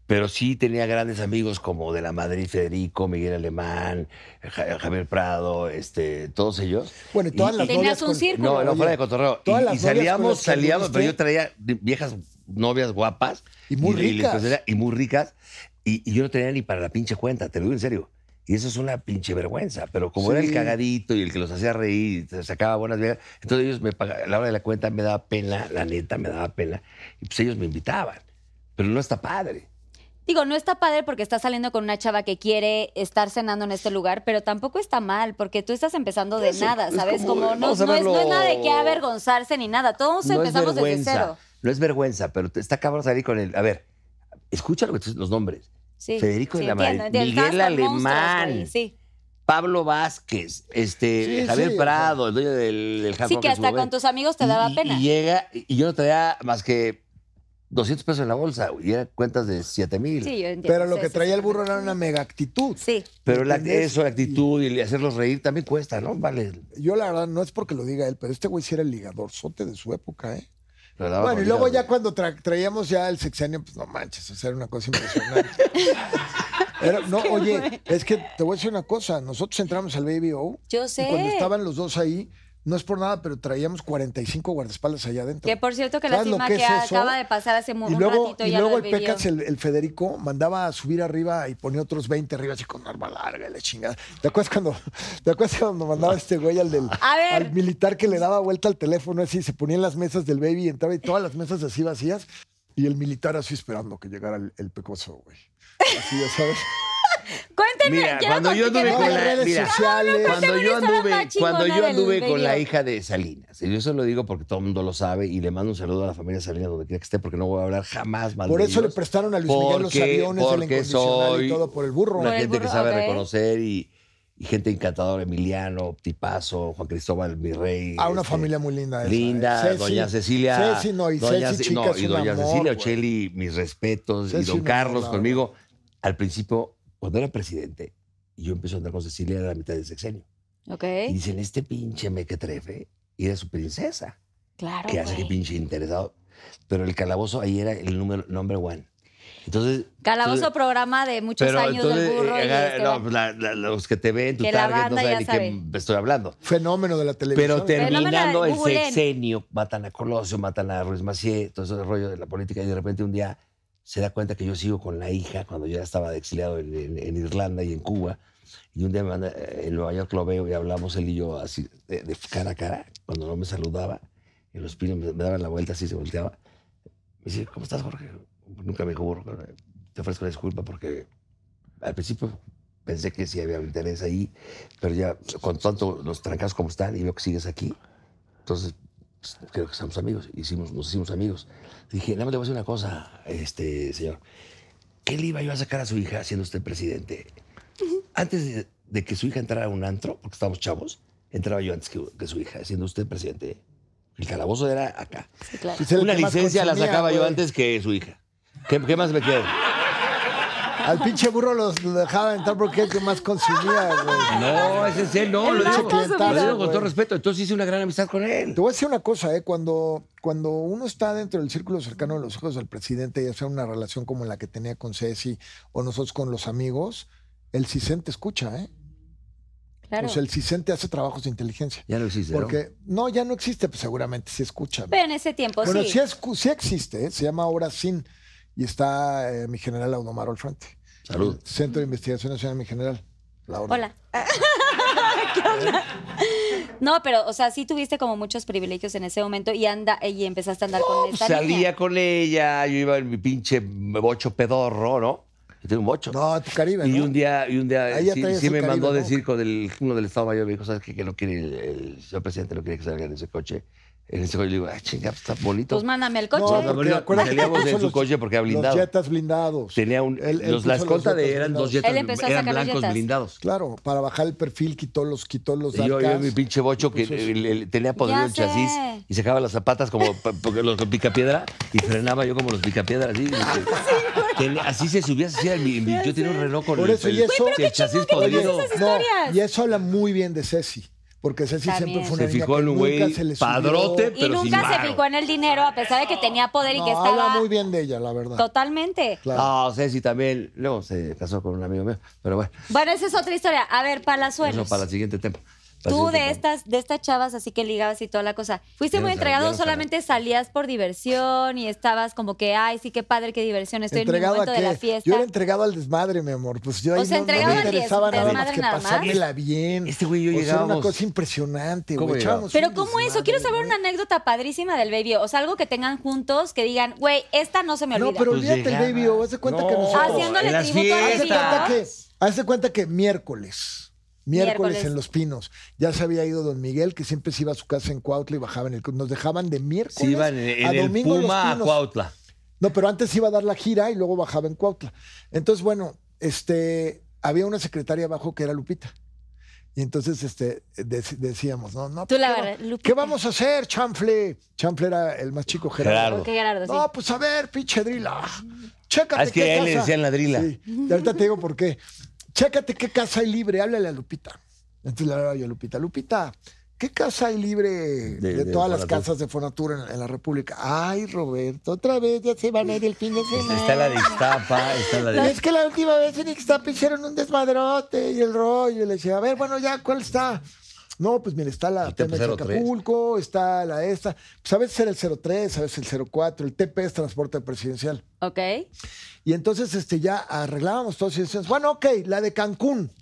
Pero sí tenía grandes amigos como de la Madrid, Federico, Miguel Alemán, Ja- Javier Prado, este, todos ellos. Bueno, y todas las Tenías novias un con- círculo. No, no, Oye, fuera de cotorreo. todas Y- las Y, novias con las salíamos, que salíamos, pero yo anduviste. traía viejas novias guapas. Y muy les ricas. ofrecía- y muy ricas. Y, y yo no tenía ni para la pinche cuenta, te lo digo en serio. Y eso es una pinche vergüenza. Pero como era el Sí. cagadito y el que los hacía reír, y se sacaba buenas viejas, entonces ellos me pagaban, a la hora de la cuenta me daba pena, la neta me daba pena. Y pues ellos me invitaban. Pero no está padre. Digo, no está padre porque estás saliendo con una chava que quiere estar cenando en este lugar, pero tampoco está mal porque tú estás empezando de nada, es ¿sabes? como- Como, no, vamos a no es, no es verlo- nada de que avergonzarse ni nada. Todos no empezamos es desde vergüenza. cero. No es vergüenza, pero te está cabrón salir con el. A ver, escucha lo que te- los nombres. Sí, Federico sí, de la Madrid, entiendo, entiendo. Miguel Estás con monstruos, Alemán. güey, sí. Pablo Vázquez, este, Sí, Javier sí, Prado, el dueño del, del Hard Sí, Rock que en su hasta con momento. tus amigos te Y- daba y- pena. Y llega, y yo no traía más que 200 pesos en la bolsa, güey, y eran cuentas de 7 mil. Sí, yo entiendo. Pero lo Sí, que sí, traía sí. el burro era una mega actitud. Sí. Pero la, ¿Entendés? eso, la actitud y el hacerlos reír también cuesta, ¿no? Vale. Yo la verdad, no es porque lo diga él, pero este güey sí era el ligador sote de su época, ¿eh? Pero daba Bueno, y comida, luego güey. ya cuando tra- traíamos ya el sexenio, pues no manches, o sea, era una cosa impresionante. Era- no, oye, es que te voy a decir una cosa, nosotros entramos al BBO Yo y cuando sé. estaban los dos ahí, no es por nada, pero traíamos 45 guardaespaldas allá adentro. Que por cierto que ¿Sabes lástima lo que, es eso? acaba de pasar hace mu- y un luego, ratito y ya luego lo el vivió. Pecas, el, el Federico, mandaba a subir arriba y ponía otros 20 arriba así con arma larga y la chingada. ¿Te acuerdas cuando, te acuerdas cuando mandaba este güey al, del, A ver. al militar que le daba vuelta al teléfono así, se ponía en las mesas del baby, entraba y todas las mesas así vacías y el militar así esperando que llegara el, el pecoso, güey. Así, ya sabes. Cuéntenme, Mira, quiero cuando yo anduve contar- no, con en la, redes mira, Ah, sociales. cuando yo historia anduve, más chingona cuando yo del anduve con la video. hija de Salinas, y yo se lo digo porque todo el mundo lo sabe, y le mando un saludo a la familia Salinas donde quiera que esté, porque no voy a hablar jamás mal Por de eso le ellos. prestaron a Luis Miguel los Porque- aviones, el porque incondicional soy y todo por el burro. Una Por el gente que burro, sabe ok. reconocer y, y gente encantadora, Emiliano, Tipazo, Juan Cristóbal, mi rey. Ah, una este, familia muy linda. esa, Linda, ¿eh? Ceci, doña Cecilia. Ceci, no, y doña Ceci, Ce- chica, no, es y un doña amor, Cecilia güey. Ochelli, mis respetos. Ceci, y don un Carlos amor, la conmigo. Al principio, cuando era presidente, y yo empecé a andar con Cecilia era la mitad del sexenio. Y Ok, dicen, este pinche mequetrefe, y era su princesa. claro, que hace que Ah, güey. pinche interesado. Pero el calabozo ahí era el número, number one. Entonces. Calabozo entonces- programa de muchos años del burro. y este, eh, agarra- Esteban. no, pues, la- la- los que te ven, tu Que la target, no banda saben ya ni sabe. qué estoy hablando. Fenómeno de la televisión. Pero Fenómeno de terminando el Google. sexenio, matan a Colosio, matan a Ruiz Macié, todo ese rollo de la política, y de repente un día se da cuenta que yo sigo con la hija cuando yo ya estaba de exiliado en, en- en Irlanda y en Cuba. Y un día me manda, eh, en Nueva York lo veo y hablamos él y yo así, de, de cara a cara, cuando no me saludaba, en los pinos me, me daban la vuelta así, se volteaba. Me dice, ¿cómo estás, Jorge? Nunca me dijo, burro, te ofrezco la disculpa porque al principio pensé que sí había un interés ahí, pero ya con tanto los trancas como están y veo que sigues aquí, entonces pues, creo que estamos amigos, hicimos, nos hicimos amigos. Dije, nada más le voy a decir una cosa, este señor, ¿qué le iba yo a sacar a su hija siendo usted presidente? Antes de, de que su hija entrara a un antro, porque estábamos chavos, entraba yo antes que, que su hija, siendo usted presidente. El calabozo era acá. Sí, claro. Pues era el Una que más licencia la consumía, sacaba yo güey. antes que su hija. ¿Qué, qué más me queda? Al pinche burro los lo dejaba entrar porque es el que más consumía, güey. No, ese es él, no, El lo más digo, con- consumidor, lo digo con güey. todo respeto. Respeto, entonces hice una gran amistad con él. Te voy a decir una cosa, ¿eh? Cuando, cuando uno está dentro del círculo cercano de los hijos del presidente, ya sea una relación como la que tenía con Ceci o nosotros con los amigos, el CISEN te escucha, ¿eh? Claro. Pues el CISEN te hace trabajos de inteligencia. Ya lo hiciste. ¿no? Porque, ¿no? ya no existe, pues seguramente sí escucha. ¿no? Pero en ese tiempo bueno, Pues sí. sí, escu- sí existe, ¿eh? se llama ahora SIN y está eh, mi general Audomar al frente. Salud. El Centro de Investigación Nacional, mi general. La orden. Hola. ¿Qué onda? No, pero, o sea, sí tuviste como muchos privilegios en ese momento y anda y empezaste a andar con esta Salía niña. con ella, yo iba en mi pinche bocho pedorro, ¿no? Yo tengo un bocho. No, tu Caribe. Y ¿no? un día, y un día Ahí ya sí, traías sí el me Caribe, mandó a ¿no? decir con el, uno del Estado Mayor, me dijo, ¿sabes qué? Que no quiere, el, el señor presidente no quiere que salga en ese coche. En ese coche, le digo, ah, chinga, pues, está bonito. Pues mándame el No, coche. No, no, porque no, acuérdate que salíamos en puso su coche porque había blindado. Los jetas blindados. Tenía un, Él- él los, puso las los contas de jetas eran dos blindados. jetas, Él empezó a eran sacar los blancos jetas. blindados. Claro, para bajar el perfil quitó los, quitó los Y Yo, yo darkas. mi pinche bocho que Puso pues eso. eh, le- le tenía podrido Ya el chasis sé. y sacaba las zapatas como pa- porque los picapiedra y frenaba yo como los picapiedra así. Ten- así se subía, así era mi- mi- yo tenía un reloj con Por el, eso, y el- eso- el chasis Oye, podrido. esas no, historias? y eso habla muy bien de Ceci, porque Ceci También. siempre fue una Se niña fijó que en un güey nunca se le subió. padrote, Y pero sin nunca se varo. fijó en el dinero, a pesar de que tenía poder y No, que habla estaba muy bien de ella, la verdad. totalmente. Claro. No, Ceci también. Luego se casó con un amigo mío. Pero bueno, Bueno, esa es otra historia. A ver, eso Pues. Palazuelos. para el siguiente tema. Para el Tú siguiente de tema. estas, de estas chavas así que ligabas y toda la cosa. Fuiste Ya no sal- muy ya entregado, no solamente salías por diversión y estabas como que, ay, sí, qué padre, qué diversión, estoy ¿Entregado en mi momento a de la qué? fiesta. Yo era entregado al desmadre, mi amor. Pues yo O ahí sea, no, no entregado me al interesaba des- nada más desmadre que nada más. pasármela bien. Este güey y yo O sea, era una llegábamos- cosa impresionante, ¿Cómo güey. llegábamos? Echábamos Pero un ¿cómo eso? Pues desmadre, Quiero saber güey. una anécdota padrísima del baby. O sea, algo que tengan juntos que digan, güey, esta no se me olvida. No, pero Pues olvídate el llegaba. baby, o haz de cuenta que No. nosotros... Haciéndole en las tributo al Haz de baby. cuenta ¿no? que, haz de cuenta que miércoles. Miércoles Miércoles. en Los Pinos. Ya se había ido Don Miguel, que siempre se iba a su casa en Cuautla y bajaba en el... Nos dejaban de miércoles Sí, iban en, en a el domingo en Los Puma a Pinos. Cuautla. No, pero antes iba a dar la gira y luego bajaba en Cuautla. Entonces, bueno, este, había una secretaria abajo que era Lupita. Y entonces este, dec- decíamos, no, no. Tú la ¿qué va- agarras, Lupita. ¿Qué vamos a hacer, Chanfle? Chanfle era el más chico, Gerardo. Gerardo. Ok, Gerardo, sí. No, pues a ver, pinche drila. Chécate Ah, es que qué a él le casa- decían la drila. Sí, y ahorita te digo por qué. Chécate qué casa hay libre, háblale a Lupita. Entonces le hablaba yo a Lupita. Lupita, ¿qué casa hay libre de, de todas las Fonatur. casas de Fonatura en, en la República? Ay, Roberto, otra vez ya se van a ir el fin de semana. Pues Está la de Iztapa, está la de... Es que la última vez en Ixtapa hicieron un desmadrote y el rollo. Y le decía, a ver, bueno, ya, ¿cuál está? No, pues mira, está la El TP TMX de 03. Acapulco, está la esta. Pues a veces era el 03, a veces el 04. El TP es transporte presidencial. Ok. Y entonces este, ya arreglábamos todos y decíamos, bueno, ok, la de Cancún.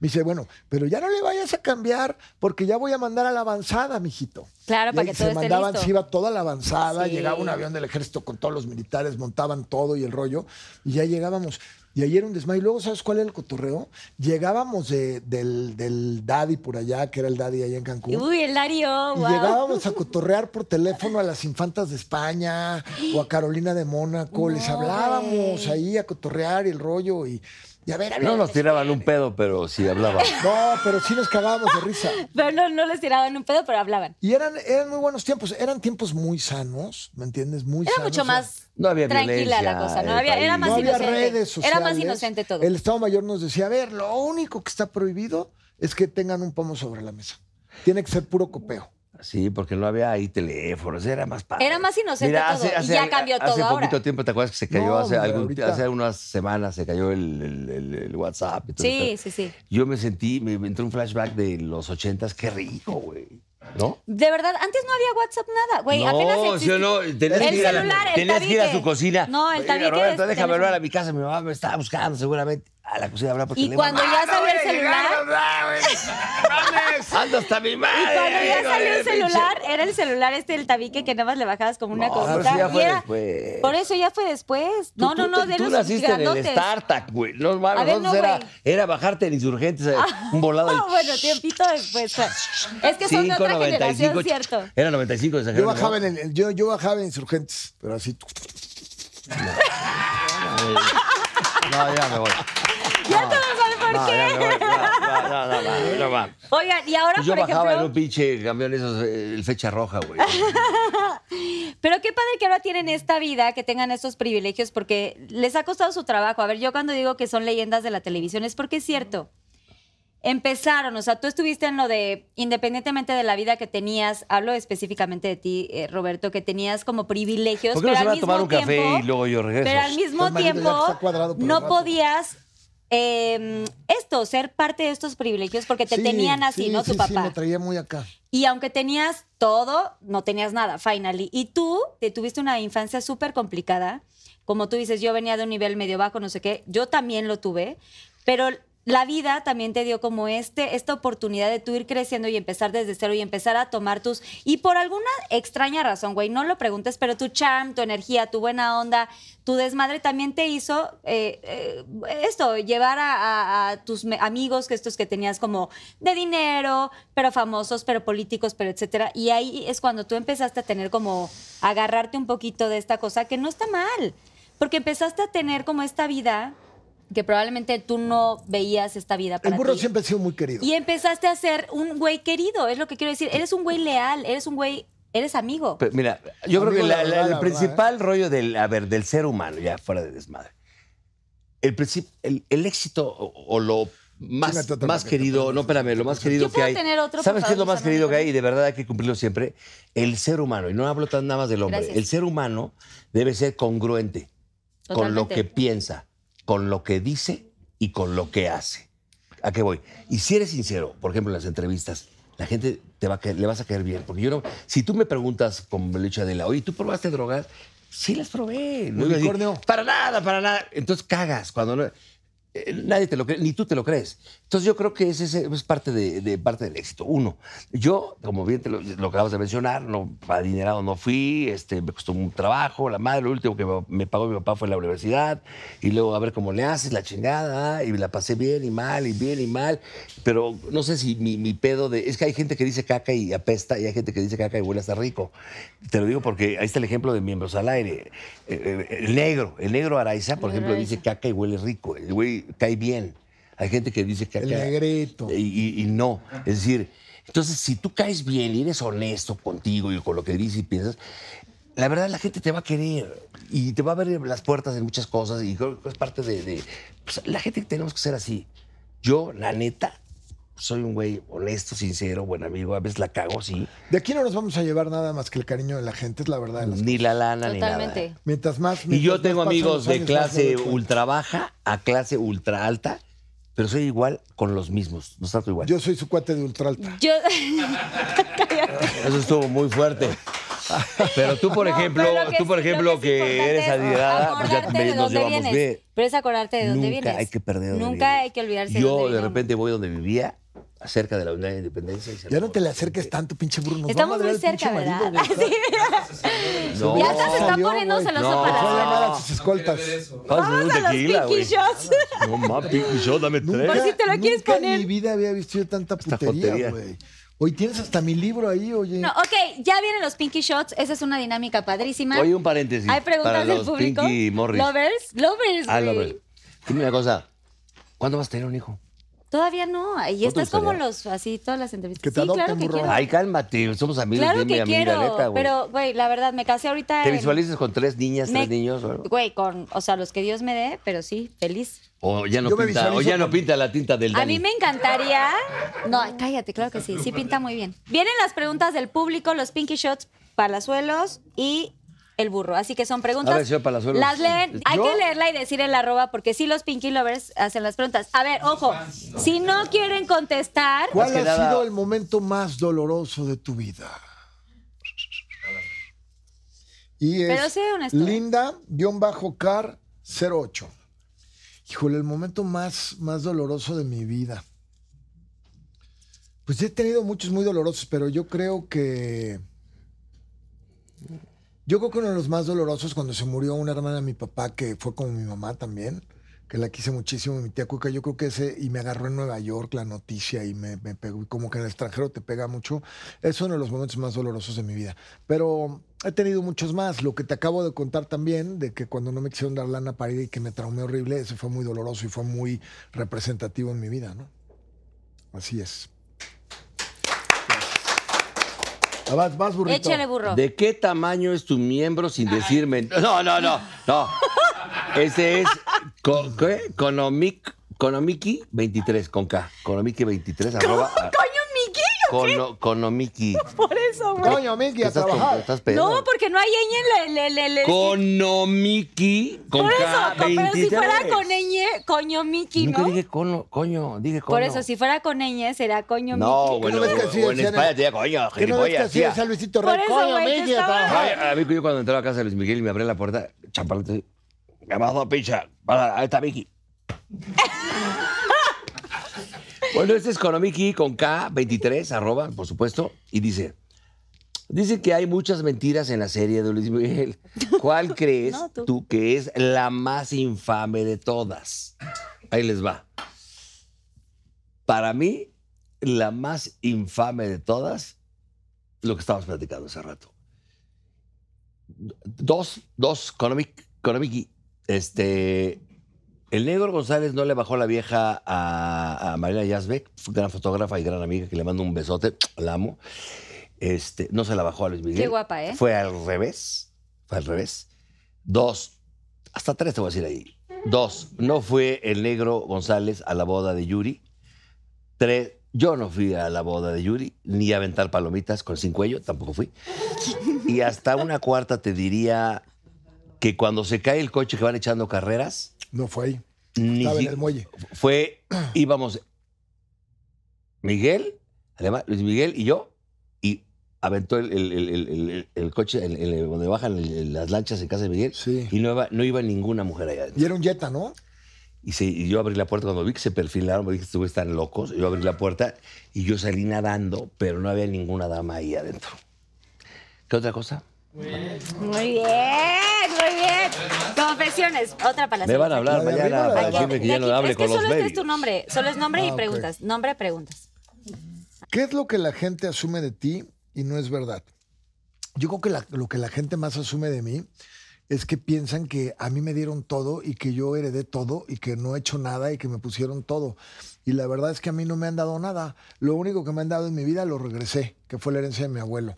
Me dice, bueno, pero ya no le vayas a cambiar porque ya voy a mandar a la avanzada, mijito. Claro, Y para ahí que se todo esté mandaban, listo. se iba toda la avanzada, Sí. llegaba un avión del ejército con todos los militares, montaban todo y el rollo, y ya llegábamos. Y ahí era un desmayo. Y luego, ¿sabes cuál era el cotorreo? Llegábamos de- del, del Daddy por allá, que era el Daddy allá en Cancún. Uy, el Darío, Y wow. llegábamos a cotorrear por teléfono a las infantas de España o a Carolina de Mónaco. Les hablábamos ahí a cotorrear y el rollo y, y a ver, a ver. No nos tiraban un pedo, pero sí hablaban. No, pero sí nos cagábamos de risa. Pero no, no les tiraban un pedo, pero hablaban. Y eran, eran muy buenos tiempos. Eran tiempos muy sanos, ¿me entiendes? Muy Era sanos. mucho O sea, más No había tranquila violencia la cosa. en No el había, era país. más no había inocente. redes sociales. Era más inocente todo. El Estado Mayor nos decía, a ver, lo único que está prohibido es que tengan un pomo sobre la mesa. Tiene que ser puro copeo. Sí, porque no había ahí teléfonos, era más padre. Era más inocente todo, y ya cambió hace todo poquito ahora. tiempo, ¿te acuerdas que se cayó? No, hace, hombre, algún- ahorita. hace unas semanas se cayó el, el- el- el WhatsApp y todo el Sí, pedo. sí, sí. Yo me sentí, me, me entró un flashback de los ochentas, qué rico, güey. ¿No? De verdad, antes no había WhatsApp nada, güey. no, apenas ¿sí o existía. no, tenías El que ir a la- celular, el tenías que ir a tabique. su cocina. No, el Oye, tabique Roberto, es déjame hablar teléfono. a mi casa, mi mamá me estaba buscando seguramente. A la cocina hablar por Y teléfono. cuando ya ¡Ah, salió el güey, celular- ¡ah, güey! ¡Mames! Ando hasta mi madre. Y cuando ya amigo, salió el pinche- celular, era el celular este del tabique que nada más le bajabas como una No, pero cosita. eso ya y fue era- después. Por eso ya fue después. No, Tú- no, tú no, te- de Tú los naciste en grandotes. el StarTac, güey. No, mames, A ver, nosotros no, era, güey. era bajarte en Insurgentes, eh, un volado. No, bueno, tiempito después. fue. Es que son de otra 5.95, generación, cierto. Era 95 de San Yo Jerónimo. bajaba en, el- yo, yo bajaba en insurgentes, pero así. No, ya me voy. Ya todos saben por No, ya me qué. voy. No, no, no, no, no, va. Oigan, y ahora, Yo por bajaba en un ejemplo, pinche camión esos, eh, el fecha roja, güey. pero qué padre que ahora tienen esta vida, que tengan estos privilegios, porque les ha costado su trabajo. A ver, yo cuando digo que son leyendas de la televisión es porque es cierto. Empezaron, o sea, tú estuviste en lo de, independientemente de la vida que tenías, hablo específicamente de ti, eh, Roberto, que tenías como privilegios, ¿Por qué no pero se al van a mismo tomar un café tiempo- y luego yo regreso? Pero al mismo Estás malito, ya tiempo está cuadrado por el no rato. podías... eh, esto esto, ser parte de estos privilegios, porque te Sí, tenían así, sí, ¿no? sí, tu Sí, papá. me traía muy acá. Y aunque tenías todo, no tenías nada, finally. Y tú te tuviste una infancia súper complicada. Como tú dices, yo venía de un nivel medio bajo, no sé qué. Yo también lo tuve. Pero la vida también te dio como este, esta oportunidad de tú ir creciendo y empezar desde cero y empezar a tomar tus... Y por alguna extraña razón, güey, no lo preguntes, pero tu charm, tu energía, tu buena onda, tu desmadre también te hizo eh, eh, esto, llevar a, a- a tus me- amigos, que estos que tenías como de dinero, pero famosos, pero políticos, pero etcétera. Y ahí es cuando tú empezaste a tener como agarrarte un poquito de esta cosa que no está mal, porque empezaste a tener como esta vida que probablemente tú no veías esta vida para El burro ti. siempre ha sido muy querido. Y empezaste a ser un güey querido, es lo que quiero decir. Eres un güey leal, eres un güey, eres amigo. Pero mira, yo creo que Amigo, la la- la- verdad, ¿eh? el la principal rollo del, a ver, del ser humano, ya fuera de desmadre, el, princip- el, el éxito o, o lo más, Chingate otra más maqueta, querido, perdón. no, espérame, lo más querido Yo que puedo hay. tener otro, por ¿Sabes qué es lo favor, más Susana, querido que por hay? Y de verdad hay que cumplirlo siempre. El ser humano, y no hablo tan nada más del hombre, Gracias. el ser humano debe ser congruente con lo Totalmente. que piensa, con lo que dice y con lo que hace. ¿A qué voy? Y si eres sincero, por ejemplo, en las entrevistas, la gente te va a caer- le vas a caer bien. Porque yo no. Si tú me preguntas con Belucha de la, oye, ¿tú probaste drogas? Sí, las probé. No iba a decir, Unicornio. para nada, para nada. Entonces cagas cuando no. eh, Nadie te lo cree, ni tú te lo crees. Entonces yo creo que ese es, es parte, de, de- parte del éxito. Uno, yo, como bien te lo, lo acabas de mencionar, no, adinerado no fui, este, me costó un trabajo, la madre, lo último que me, me pagó mi papá fue la universidad, y luego a ver cómo le haces, la chingada, ah, y la pasé bien y mal, y bien y mal, pero no sé si mi, mi pedo de... Es que hay gente que dice caca y apesta, y hay gente que dice caca y huele hasta rico. Te lo digo porque ahí está el ejemplo de miembros al aire. Eh, eh, El negro, el negro Araiza, por ejemplo, dice caca y huele rico, el güey cae bien. Hay gente que dice caca... El negrito. Y, y- y no. Es decir, entonces, si tú caes bien y eres honesto contigo y con lo que dices y piensas, la verdad la gente te va a querer y te va a abrir las puertas en muchas cosas y creo que es parte de... de- pues, la gente que tenemos que ser así. Yo, la neta, soy un güey honesto, sincero, buen amigo. A veces la cago, sí. De aquí no nos vamos a llevar nada más que el cariño de la gente, es la verdad. de las- Ni la lana, ni nada. Totalmente. Mientras más. Mm. Y yo mientras tengo más pasan amigos los de años, clase más me doy cuenta. ultra baja a clase ultra alta, pero soy igual con los mismos. Los trato igual. Yo soy su cuate de ultra alta. Yo... Eso estuvo muy fuerte. Pero tú, por No, ejemplo, pero lo que tú, por sí- lo ejemplo, que es que importante eres es adinerada, pues ya acordarte de también nos dónde llevamos vienes. bien. Pero es acordarte de dónde Nunca vienes. hay que perder dónde Nunca vienes. hay que olvidarse de Yo dónde de vinimos. repente voy donde vivía, cerca de la Unidad de Independencia. y se Ya lo- no te le acerques tanto, pinche burro. Nos va a Estamos madrear muy el pinche cerca, ¿verdad? marido, güey. Sí, No. ya hasta se está salió, poniendo güey. celoso No. Fue a para... llamar a sus escoltas. Pásame un Vamos a los tequila, pinky güey. shots. No más pinky shot, dame Por tres. Pues si te lo quieres nunca poner. En mi vida había visto yo tanta Esta putería, jotería. güey. Hoy tienes hasta mi libro ahí, oye. No, ok, ya vienen los pinky shots. Esa es una dinámica padrísima. Oye, un paréntesis. Hay preguntas para del los público. Pinky Morris. Lovers, lovers. Ah, güey. lovers. Dime una cosa. ¿Cuándo vas a tener un hijo? Todavía no. Ahí ¿No te estás como gustaría? los así todas las entrevistas. Que te sí, claro adopten, que burro. quiero. Ay, cálmate. Somos amigos claro de mi que amiga, quiero. neta, güey. pero güey, la verdad me casé ahorita ¿Te en- visualizas con tres niñas, me- tres niños? o algo? Güey, con, o sea, los que Dios me dé, pero sí, feliz. O ya no, Yo me pinta, o visualizo ya no con- pinta la tinta del Dani. A mí me encantaría. No, cállate, claro que sí. Sí pinta muy bien. Vienen las preguntas del público, los pinky shots, palazuelos y el burro. Así que son preguntas. A ver, señor Palazuelos. Las leen. Hay ¿Yo? que leerla y decir el arroba porque sí los pinky lovers hacen las preguntas. A ver, ojo. Si no quieren contestar, ¿Cuál que ha nada- sido el momento más doloroso de tu vida? Y Pero es sé honesto. Linda-car08. Híjole, el momento más, más doloroso de mi vida. Pues he tenido muchos muy dolorosos, pero yo creo que... Yo creo que uno de los más dolorosos cuando se murió una hermana de mi papá, que fue como mi mamá también, que la quise muchísimo, mi tía Cuca, yo creo que ese, y me agarró en Nueva York la noticia y me, me pegó, y como que en el extranjero te pega mucho, es uno de los momentos más dolorosos de mi vida. Pero he tenido muchos más, lo que te acabo de contar también, de que cuando no me quisieron dar lana para ir y que me traumé horrible, ese fue muy doloroso y fue muy representativo en mi vida, ¿no? Así es. Ah, Vas, vas, burrito. échale burro. ¿De qué tamaño es tu miembro sin decirme? No, no, no, no. Ese es co- ¿qué? Conomic, Conomiki 23 con K. Conomiki 23 arroba. ¿Coño, Miki? Cono- Conomiki. Por eso, güey. Coño, Miki, a Estás, trabajar. estás pedo. No, porque no hay ñ en la- en la- en la- en la- Konomiki con Por eso, K, con- pero si 23. fuera con ñ, coño Miki, Nunca ¿no? dije cono, coño, dije cono. Por eso, si fuera con ñ, sería coño No, Miki. bueno, ves que así o en decían en- España te decía coño, Que no ves que gilipollas, así es tía. a Luisito Por Rey. eso, Coño, güey, te Miki, a estaba- trabajar. Ay, a mí yo cuando entré a la casa de Luis Miguel y me abrí la puerta, chapalito, me vas dos pinchas, para, ahí está Vicky. bueno, este es Konomiki con K23, arroba, por supuesto, y dice, dice que hay muchas mentiras en la serie de Luis Miguel. ¿Cuál crees No, tú. tú. que es la más infame de todas? Ahí les va. Para mí, la más infame de todas, lo que estábamos platicando hace rato dos, dos, Konomik- Konomiki. Este, el negro González no le bajó la vieja a, a Marina Yazbek, gran fotógrafa y gran amiga que le mando un besote, la amo. Este, no se la bajó a Luis Miguel. Qué guapa, ¿eh? Fue al revés, fue al revés. Dos, hasta tres te voy a decir ahí. Dos, no fue el negro González a la boda de Yuri. Tres, yo no fui a la boda de Yuri, ni a aventar palomitas con sin cuello, tampoco fui. Y hasta una cuarta te diría que cuando se cae el coche que van echando carreras, No fue ahí. ni Estaba en si- el muelle. fue, íbamos Miguel, además Luis Miguel y yo, y aventó el, el- el- el- el- el coche el- el- donde bajan el- el- las lanchas en casa de Miguel, Sí. y no iba, no iba ninguna mujer allá adentro. Y era un Jetta, ¿no? Y, se- y yo abrí la puerta cuando vi que se perfilaron, porque dije, estos güeyes están locos. Yo abrí la puerta y yo salí nadando, pero no había ninguna dama ahí adentro. ¿Qué otra cosa? Muy bien, muy bien. Confesiones, otra palabra. Me van a hablar La de mañana arriba, la de para abajo. decirme que ya no hable es que con los solo este es medios. tu nombre, solo es nombre Ah, y ok. preguntas, nombre, preguntas. ¿Qué es lo que la gente asume de ti y no es verdad? Yo creo que la- lo que la gente más asume de mí es que piensan que a mí me dieron todo y que yo heredé todo y que no he hecho nada y que me pusieron todo. Y la verdad es que a mí no me han dado nada. Lo único que me han dado en mi vida lo regresé, que fue la herencia de mi abuelo.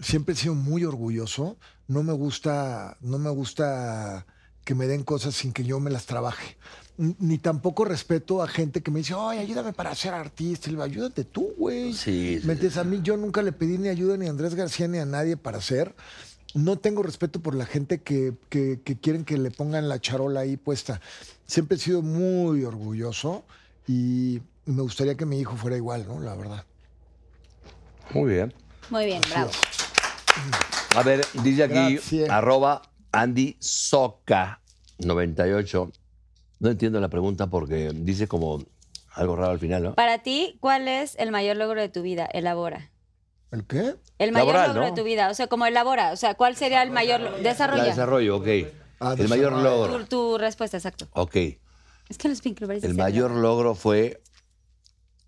Siempre he sido muy orgulloso. No me gusta, no me gusta que me den cosas sin que yo me las trabaje. N- Ni tampoco respeto a gente que me dice, ay, ayúdame para ser artista. Y le digo, ayúdate tú, güey. Sí, sí, ¿Me entiendes? A mí yo nunca le pedí ni ayuda ni a Andrés García ni a nadie para hacer. No tengo respeto por la gente que, que- que quieren que le pongan la charola ahí puesta. Siempre he sido muy orgulloso y me gustaría que mi hijo fuera igual, ¿no? La verdad. Muy bien. Muy bien, bravo. A ver, dice aquí, Gracias. arroba Andy Soca 98. No entiendo la pregunta porque dice como algo raro al final, ¿no? Para ti, ¿cuál es el mayor logro de tu vida? Elabora. ¿El qué? El mayor Laboral, logro ¿no? de tu vida, o sea, como elabora, o sea, ¿cuál sería el mayor lo- La desarrolla? desarrollo, ok. Ah, el mayor desarrollo. logro. Tu, tu respuesta, exacto. Ok. Es que los Pink Lovers El dicen- mayor logro fue.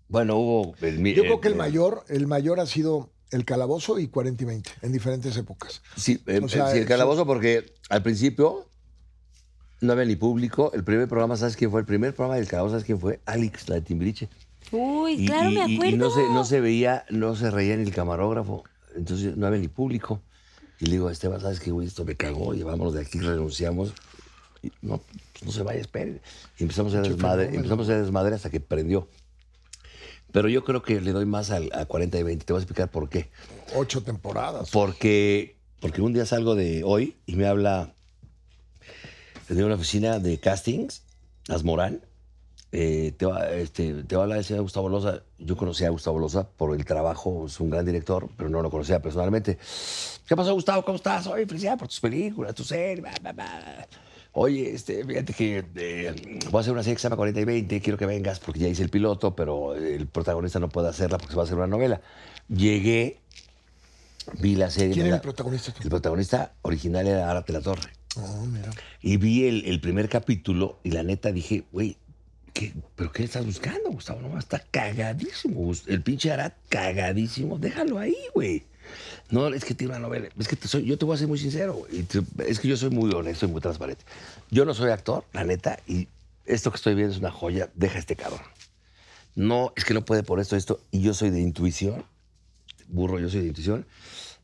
Bueno, hubo. El, mi- Yo creo que el eh, mayor, el mayor ha sido el calabozo y 40 y 20 en diferentes épocas. Sí, eh, O sea, sí, el sí. calabozo, porque al principio no había ni público. El primer programa, ¿sabes quién fue? El primer programa del calabozo, ¿sabes quién fue? Alex, la de Timbiriche. Uy, claro, me y- y acuerdo. no, se, no se veía, no se reía ni el camarógrafo. Entonces no había ni público. Y le digo a Esteban, ¿sabes qué, güey? Esto me cagó, y vámonos de aquí, renunciamos. Y no, pues, no se vaya, espere. Y empezamos a hacer desmadre, empezamos a hacer desmadre hasta que prendió. Pero yo creo que le doy más al, a 40 y 20. Te voy a explicar por qué. Ocho temporadas. Pues, Porque, porque un día salgo de hoy y me habla de una oficina de castings, Asmorán. Eh, te, va, este, te va a hablar el señor Gustavo Loza. Yo conocí a Gustavo Loza por el trabajo, es un gran director, pero no lo conocía personalmente. ¿Qué pasó, Gustavo? ¿Cómo estás? Oye, felicidad por tus películas, tu serie. bla, bla, bla. Oye, este, fíjate que eh, voy a hacer una serie que se llama 40 y 20. Quiero que vengas porque ya hice el piloto, pero el protagonista no puede hacerla porque se va a hacer una novela. Llegué, vi la serie. ¿Quién me era la- el protagonista? el protagonista original era Árate la Torre. Oh, mira. Y vi el, el primer capítulo y la neta dije, güey, ¿qué- ¿pero qué estás buscando, Gustavo? No, está cagadísimo. Gus- El pinche Arat cagadísimo. Déjalo ahí, güey. No, es que tiene una novela. Es que te soy- yo te voy a ser muy sincero. güey. Y te- es que yo soy muy honesto y muy transparente. Yo no soy actor, la neta, y esto que estoy viendo es una joya. Deja a este cabrón. No, es que no puede por esto, esto. Y yo soy de intuición. Burro, yo soy de intuición.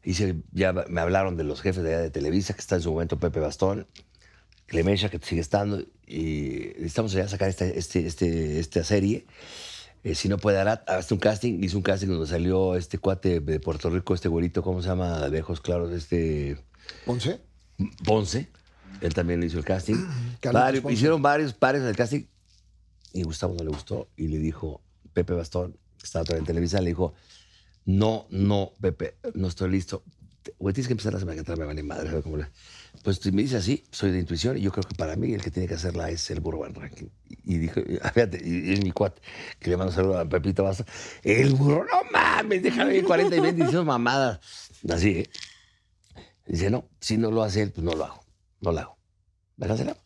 Hice, ya me hablaron de los jefes de allá de Televisa, que está en su momento Pepe Bastón, Clemencia, que sigue estando, y estamos allá a sacar esta, este, este- esta serie. eh, si no puede Arat, hazte un casting. Hice un casting donde salió este cuate de Puerto Rico, este güerito, ¿cómo se llama? De Lejos Claros, este ¿Ponce? Ponce. Él también hizo el casting. Carlitos Varios- Ponce. hicieron varios pares en el casting y Gustavo no le gustó y le dijo, Pepe Bastón, que estaba todavía en Televisa, le dijo, no, no, Pepe, no estoy listo. Te- Güey, tienes que empezar la semana que entra, me vale madre. ¿sabes cómo le- Pues tú me dices así, soy de intuición y yo creo que para mí el que tiene que hacerla es el Burro Van Ranking. Y dijo, y- fíjate, y y es mi cuate, que le mando un saludo a Pepito Bastón. El Burro, no mames, déjame ir 40 y 20 diciendo mamadas. Así, ¿eh? Dice, no, si no lo hace él, pues no lo hago, no lo hago. ¿Va a cancelar?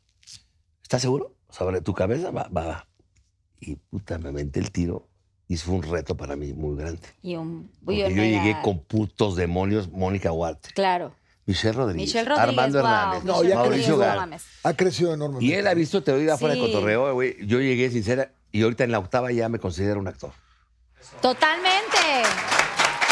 ¿Estás seguro? Sobre tu cabeza, va, va, va. Y puta, me aventé el tiro y fue un reto para mí muy grande. Y un, y Porque una yo llegué edad. con putos demonios, Mónica Watt, Claro. Michelle Rodríguez, Michelle Rodríguez. Armando wow, Hernández, No, Michelle ya Mauricio Rodríguez, no Gar. mames. Ha crecido enormemente. Y él ha visto, te lo digo afuera Sí. de cotorreo, güey. Yo llegué sincera y ahorita en la octava ya me considero un actor. Totalmente.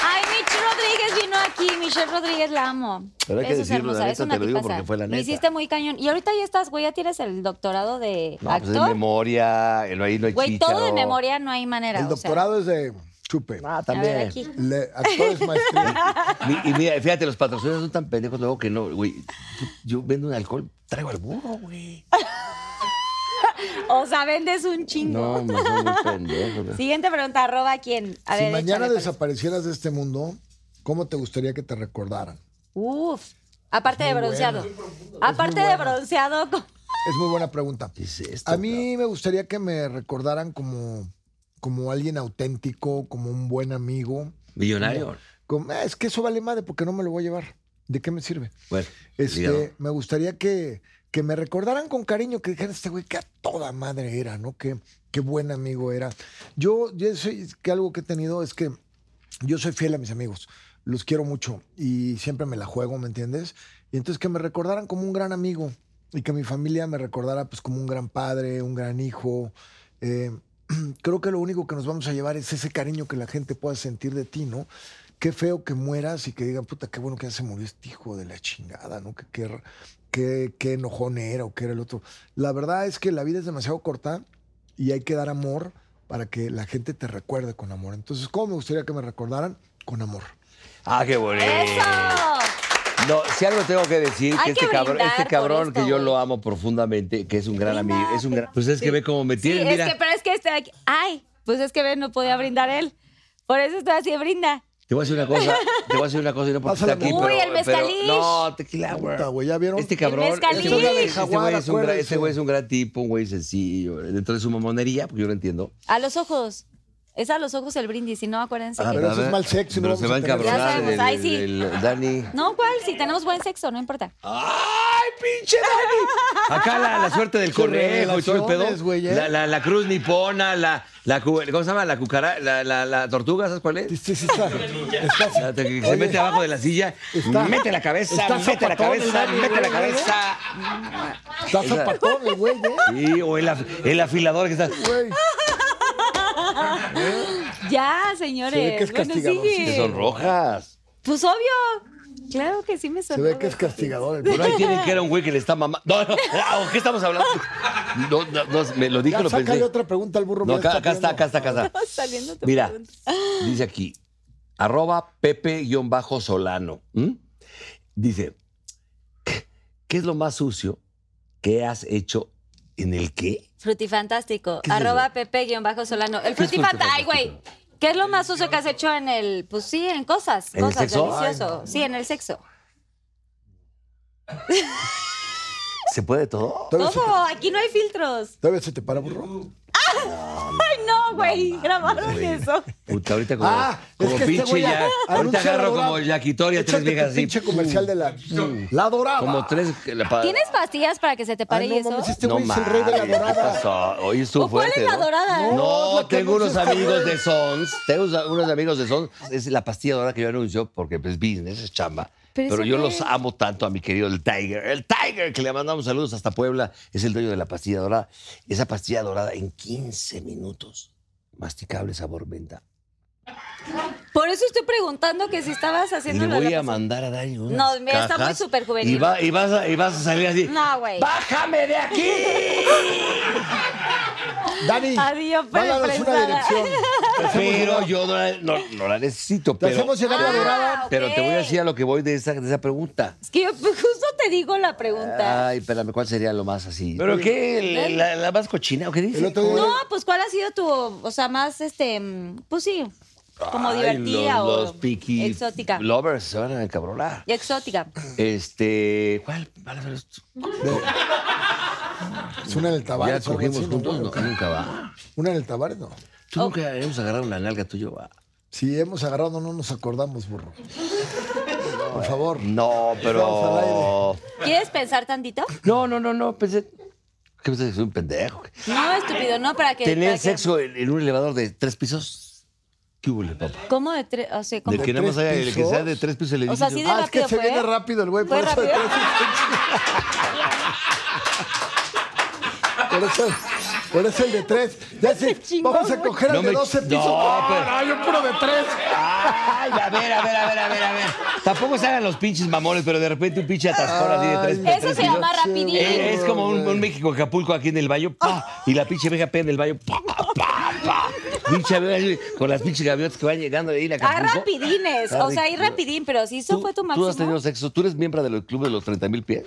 Ay, Michelle Rodríguez vino aquí. Michelle Rodríguez la amo. Pero hay que Eso es decirlo, la hermosa, neta, es una te lo digo tipaza. porque fue la Lo neta. hiciste muy cañón. Y ahorita ya estás, güey, ya tienes el doctorado de No, pues es actor. memoria, el- ahí no hay Güey, todo de chícharo. memoria no hay manera. El o sea. doctorado es de chupe. Ah, A también. ver, aquí. Le, actores maestría. Mi- Y mira, fíjate, los patrocinadores son tan pendejos luego que no, güey. Yo, yo vendo un alcohol, traigo al burro, güey. O sea, vendes un chingo. No, no, son muy pendejos. güey. Siguiente pregunta, arroba a quién. A si ver, mañana échale, desaparecieras de este mundo, ¿cómo te gustaría que te recordaran? Uf. Aparte de bronceado. Aparte de bronceado. con- Es muy buena pregunta. ¿Qué es esto, A mí me gustaría que me recordaran como, como alguien auténtico, como un buen amigo. Millonario. Como, "Ah, es que eso vale madre porque no me lo voy a llevar. ¿De qué me sirve? Bueno, Este, hígado. me gustaría que, que me recordaran con cariño, que dijeran este güey que a toda madre era, ¿no? Qué, qué buen amigo era. Yo, yo soy- es que algo que he tenido es que yo soy fiel a mis amigos, los quiero mucho y siempre me la juego, ¿me entiendes? Y entonces que me recordaran como un gran amigo y que mi familia me recordara pues como un gran padre, un gran hijo. Eh, creo que lo único que nos vamos a llevar es ese cariño que la gente pueda sentir de ti, ¿no? Qué feo que mueras y que digan, puta, qué bueno que ya se murió este hijo de la chingada, ¿no? Que qué, qué, qué enojón era o qué era el otro. La verdad es que la vida es demasiado corta y hay que dar amor para que la gente te recuerde con amor. Entonces, ¿cómo me gustaría que me recordaran? Con amor. Ah, qué bonito. ¡Eso! No, si algo tengo que decir, Hay que este que cabrón, brindar este cabrón por esto, que yo güey. lo amo profundamente, que es un gran Brinda, amigo, es un gran. brinda. Pues es que ve cómo me Sí, tienen, Ah. mira. es que, pero es que este aquí. Ay, pues es que ve, no podía brindar él. Por eso estoy así de brinda. Te voy a decir una cosa, te voy a decir una cosa y no porque Pásale, está aquí, amor. Uy, pero, el pero- mezcalish. no, tequila, Puta, güey. güey, ¿ya vieron? Este cabrón, este mezcalish. güey, Soy de este Jaguar, güey es un gran, acuérdense. este güey es un gran tipo, un güey sencillo, dentro de su mamonería, porque yo lo entiendo. A los ojos. Es a los ojos el brindis, si no, acuérdense. Ah, que- pero eso ¿verdad? es mal sexo y no Pero se va a vamos a tener- Ya encabronar sabemos, el- ay, sí. el- el Dani. No, ¿cuál? Si tenemos buen sexo, no importa. ¡Ay, pinche Dani! Acá la, la suerte del Sus conejo y todo el revelaciones, pedo. güey, ¿eh? la, la, la cruz nipona, la, la cu- ¿cómo se llama? La cucara, la, la, la tortuga, ¿sabes cuál es? Sí, sí, sí, está. Está- La te- que se Oye, mete abajo de la silla. Está- mete la cabeza, está mete la zapatón cabeza, el Dani, mete la güey, cabeza. Está zapatón el güey, ¿eh? Sí, o el, af- el afilador que está. Güey. Ya, señores. Se ve que es bueno, castigador, sí, Que sigue. son rojas. Pues obvio. Claro que sí me Se sonó. ve que es castigador el Pero güey. ahí tienen que era un güey que le está mamando. No, no, ¿o ¿qué estamos hablando? No, no, no, me lo dije, Ya, lo sácale pensé. otra pregunta al burro. No, mira, acá, acá está, acá está, acá está. Saliendo tu Mira, pregunta. dice aquí, arroba pepe-solano. ¿m? Dice, ¿qué es lo más sucio que has hecho en el qué? Frutifantástico. ¿Qué es Arroba pepe-solano. El ¿Qué es frutifanta. Ay, güey. frutifantástico? ¿Qué es lo más uso que has hecho en el. Pues sí, en cosas. ¿En el cosas, sexo? delicioso. Sí, en el sexo. ¿Se puede todo? Todavía se te- Todo, aquí no hay filtros. ¿Todavía se te para, burro? Ay, no, güey. Grabaron eso. Puta, ahorita como, Ah, es como que este pinche güey ya. Ahorita anuncia la agarro dorada. como yaquitoria Échate tres tu viejas así. pinche comercial de la... La dorada. Como tres. que la pa- ¿Tienes pastillas para que se te Ah, pare no y eso? mames, este no güey es el rey de la mames, ¿qué dorada. pasó? Hoy estuvo ¿O cuál es fuerte, la ¿no? dorada? No, No, es la que tengo unos anuncia este amigos güey. de Sons. Tengo unos- unos amigos de Sons. Es la pastilla dorada que yo anuncio porque pues, es business, es chamba. Pero Pero, eso yo qué los es. amo tanto a mi querido el Tiger. El Tiger, que le mandamos saludos hasta Puebla, es el dueño de la pastilla dorada. Esa pastilla dorada en 15 minutos. Masticable sabor menta. Por Por eso estoy preguntando que si estabas Y haciendo le lo de voy la a persona. mandar a Dari unas No, mira, está muy cajas superjuvenil. Y, va- y vas a, y vas a salir así. No, güey. ¡Bájame de aquí! Dani, Adiós, pues, mándanos una prensada. dirección. Te hacemos Pero llegar- yo no la, no- no la necesito. Te Pero, hacemos llegar la Ah, dorada. ok. pero te voy a decir a lo que voy de esa, de esa pregunta. Es que yo pues, justo te digo la pregunta. ¿Eh? Ay, espérame, ¿cuál sería lo más así? ¿Pero qué? ¿La, la más cochina o qué dices? El otro día- no, pues ¿cuál ha sido tu, o sea, más, este, mm, pues sí, como Ay, divertida los, o los picky exótica? Lovers se van a encabronar. Exótica. Este. ¿Cuál? ¿Cuál son los- Es una en el Ya Tabares. o algo cogimos así, ¿no? juntos. No, nunca va. Una en el Tabares, no. Tú nunca hemos agarrado la nalga tuyo. va. Si hemos agarrado, no nos acordamos, burro. Por favor. No, pero. Vamos ¿Quieres pensar tantito? No, no, no, no. Pensé. ¿Qué pensé? que Soy un pendejo. No, estúpido, no, para que... para Tener que- sexo en, en un elevador de tres pisos. ¿Qué hubo, papá? ¿Cómo de tres? O sea, ¿cómo? De que nada más tres haya, de que pisos? sea de tres pisos el O edificio. sea, así de Ah, es que rápido se fue. viene rápido el güey. ¿Fue Por eso, de rápido? tres- por, eso, por eso el de tres. Ya sí, chingó, vamos a coger "Ah, No al de me- 12 no, pisos. pero- no, yo puro de tres. Ay, a ver, a ver, a ver, a ver, a ver. Tampoco se hagan los pinches mamones, pero de repente un pinche atascón así de tres. de Eso tres se pisos. llama rapidín. Eh, Es, como un, un México Acapulco aquí en el baño, ¡pa! y la pinche vieja pega en el baño, ¡pa! ¡pa! ¡pa! Pinche vieja así, con las pinches gaviotas que van llegando ahí en Hay Acapulco. Ah, rapidines, Está o sea, hay rico. rapidín, pero si eso ¿Tú- fue tu ¿Tú has tenido máximo... sexo? ¿Tú eres miembro del club de los 30 mil pies?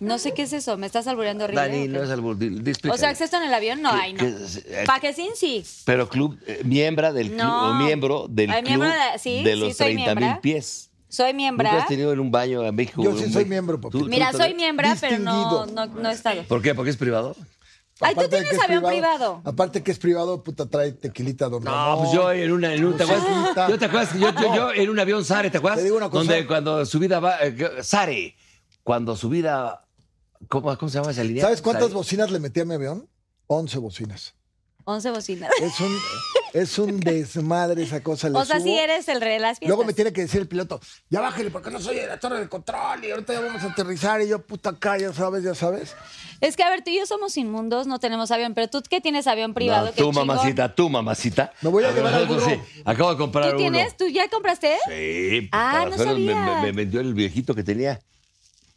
No sé qué es eso, me estás albureando horrible. Dani, ¿o no qué? es albur, di- di- O explícale. sea, acceso en el avión, no ¿Qué- hay, no. qué es- eh, Paquecín sí. Pero club, eh, miembra del club, No. o miembro del Ay, club miembro de- sí, sí, los soy 30 mil miembra. pies. Soy ¿Nunca miembra. has tenido en un baño en México? Yo un sí soy México? miembro, papi. ¿Tú- Mira, tú soy también? miembra, pero no, Distinguido. no, no he estado. ¿Por qué? ¿Porque es privado? Ay, tú Aparte de que tienes es avión privado. Aparte que es privado, puta, trae tequilita, don No, Ramón. pues yo en una, en un, ¿te acuerdas? Cosita. Yo te acuerdas que yo, yo, yo en un avión Sare, ¿te acuerdas? Te digo una cosa. Donde cuando subida va, eh, que- Sare, cuando subida, ¿cómo, cómo se llama esa línea? ¿Sabes cuántas Sare. bocinas le metí a mi avión? 11 bocinas. 11 bocinas. Es un, es un desmadre esa cosa. le O sea, subo. sí eres el rey de las fiestas. Luego me tiene que decir el piloto, ya bájale porque no soy de la torre de control y ahorita ya vamos a aterrizar y yo puta acá, ya sabes, ya sabes. Es que, a ver, tú y yo somos inmundos, no tenemos avión, pero tú que tienes avión privado. No, qué tú, chingón. mamacita, tú, mamacita. Me voy a llevar al nosotros burro. sí. Acabo de comprar ¿Tú uno. tienes? ¿Tú ya compraste? Sí. Ah, no Palazuelos me- sabía. Me, me vendió el viejito que tenía.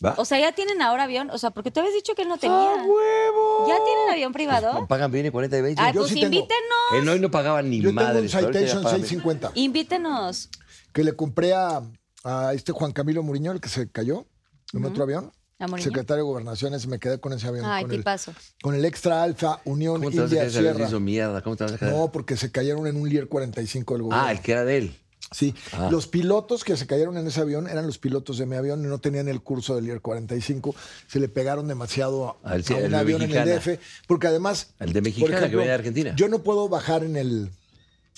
¿Va? O sea, ya tienen ahora avión. O sea, porque tú habías dicho que él no tenía. Ah, huevo! ¿Ya tienen avión privado? Pagan bien en 40 y 20. Ay, yo pues sí tengo. invítenos. en hoy no pagaban ni Yo tengo madre. un Citation 650 Invítenos. que le compré a, a este Juan Camilo Muriño, el que se cayó en otro avión. ¿A Muriño? Secretario de Gobernaciones, me quedé con ese avión. Ay, con, el, tipazo. con el Extra Alfa Unión ¿Cómo te vas a India quedar? Se les Sierra. hizo mierda. ¿Cómo te vas a quedar? No, pues. porque se cayeron en un Lear 45 del gobierno. ah, el que era de él. Sí, Ah. los pilotos que se cayeron en ese avión eran los pilotos de mi avión y no tenían el curso del IR 45. Se le pegaron demasiado a, Al- sí, a al un de avión en el Mexicana. DF, porque además. Al de Mexicana, por que venía de Argentina. Yo no puedo bajar en el,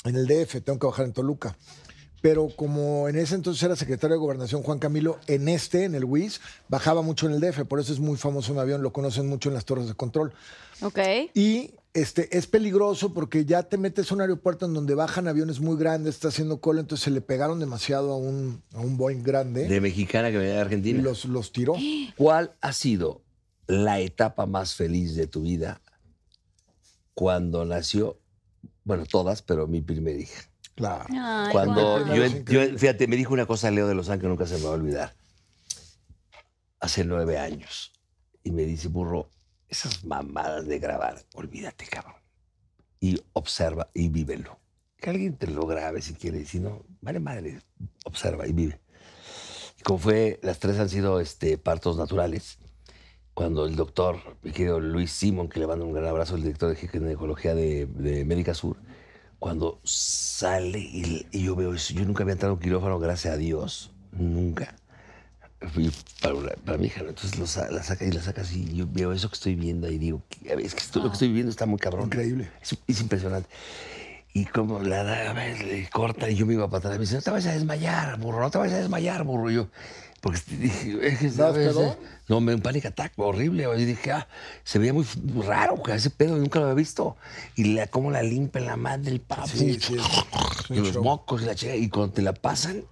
en el DF, tengo que bajar en Toluca. Pero como en ese entonces era secretario de Gobernación Juan Camilo, en este, en el WIS, bajaba mucho en el DF, por eso es muy famoso un avión, lo conocen mucho en las torres de control. Ok. Y este, es peligroso porque ya te metes a un aeropuerto en donde bajan aviones muy grandes, está haciendo cola, entonces se le pegaron demasiado a un, a un Boeing grande De mexicana que venía de y Argentina. los, los tiró. ¿Cuál ha sido la etapa más feliz de tu vida cuando nació? Bueno, todas, pero mi primera hija. Claro. Ay, Cuando guau. yo, Es yo- fíjate, me dijo una cosa Leo de los Ángeles que nunca se me va a olvidar. Hace nueve años. Y me dice, burro, esas mamadas de grabar, olvídate, cabrón. Y observa y vívelo. Que alguien te lo grabe si quieres, si no, vale madre, observa y vive. Y como fue, las tres han sido este, partos naturales. Cuando el doctor, mi querido Luis Simón, que le mando un gran abrazo, el director de ginecología de, de Médica Sur, cuando sale y, y yo veo eso, yo nunca había entrado a un quirófano, gracias a Dios, nunca. Fui para, una- para mi hija, ¿no? entonces lo sa- la saca y la saca así, y yo veo eso que estoy viendo y digo, "Qué- es que esto- lo que estoy viviendo está muy cabrón. Increíble. Es, es impresionante. Y como la da, a ver, le corta y yo me iba para atrás, me dice, no te vayas a desmayar, burro, no te vayas a desmayar, burro. Y yo, porque dije, es que ¿Dabas ¿sabes? pedo? No, me dio un panic attack horrible. Y dije, ah, se veía muy raro, que ese pedo nunca lo había visto. Y la, cómo la limpia la madre, el papo. Sí, sí, es Y un los show. mocos y la chica, y cuando te la pasan,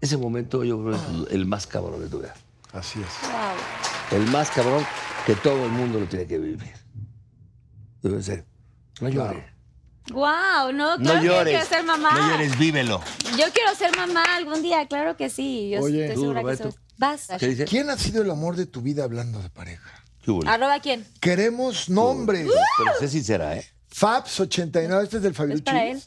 ese momento yo creo que es el más cabrón de tu vida. Así es. Guau. El más cabrón que todo el mundo lo tiene que vivir. Debe ser. No llores. Claro. Wow, No no, claro que yo llores. quiero ser mamá. No llores, vívelo. Yo quiero ser mamá algún día, claro que sí. Yo Oye, estoy tú, segura que Roberto. soy. Vas. ¿Qué dice? ¿Quién ha sido el amor de tu vida hablando de pareja? ¿Qué hubo? ¿Arroba quién? Queremos nombres. Pero sé sincera, ¿eh? Fabs89, este es del Fabiruchis. Es para él.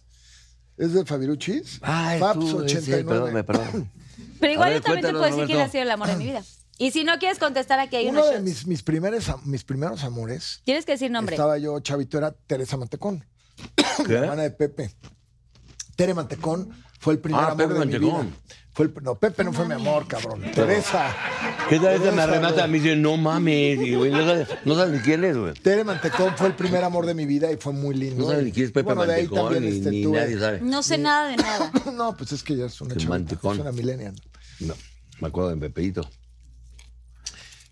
¿Es del Fabiruchis? Ay, Ah, tú, ese, perdóname, Fabs89. perdón. Pero igual A ver, yo también te cuéntanos, puedo decir quién ha Roberto. sido el amor de mi vida. Y si no quieres contestar, aquí hay Uno unos de shots. mis, mis, primeros, am- mis primeros amores, Tienes que decir nombre. estaba yo chavito, era Teresa Mantecón, la ¿Qué? hermana de Pepe. Tere Mantecón fue el primer Ah, amor Pepe de mi Mantecón. vida. Fue el pr- no, Pepe no fue mi amor, cabrón. Teresa. ¿Qué tal que Teresa, me arremata? güey. Me dice, no mames. Y, güey, no, sabes, no sabes ni quién es, güey. Tere Mantecón fue el primer amor de mi vida y fue muy lindo. No sabes ni quién es Pepe Bueno, de ahí Mantecón, también, ni, este, ni tuve- nadie sabe. No sé nada de nada. No, pues es que ya es una Qué chavita, mantecón. es una millennial. No, me acuerdo de Pepeito.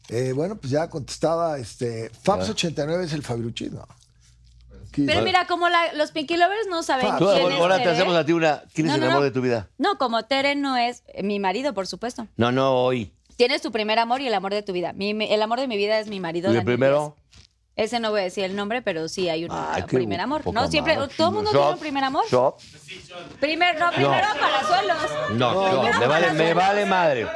Eh, bueno, pues ya contestaba, este, Ah. Fabs89 es el Fabiruchis, ¿no? Aquí- Pero mira, como la- los Pinky Lovers no saben Tú, Tú, Ah, quién es ahora te Tere. hacemos a ti una. ¿Quién No, es el no, amor no. de tu vida? No, como Tere no es eh, mi marido, por supuesto. No, no, hoy. Tienes tu primer amor y el amor de tu vida. Mi- mi- el amor de mi vida es mi marido. ¿Y el Daniel primero? Díaz. Ese no voy a decir el nombre, pero sí hay un Ay, uh, qué primer amor. poca No, siempre, madre. todo el mundo Shot, tiene un primer amor. shot. Primer, no, primero palazuelos. No, no, no, me, no, vale, no, me no. vale madre.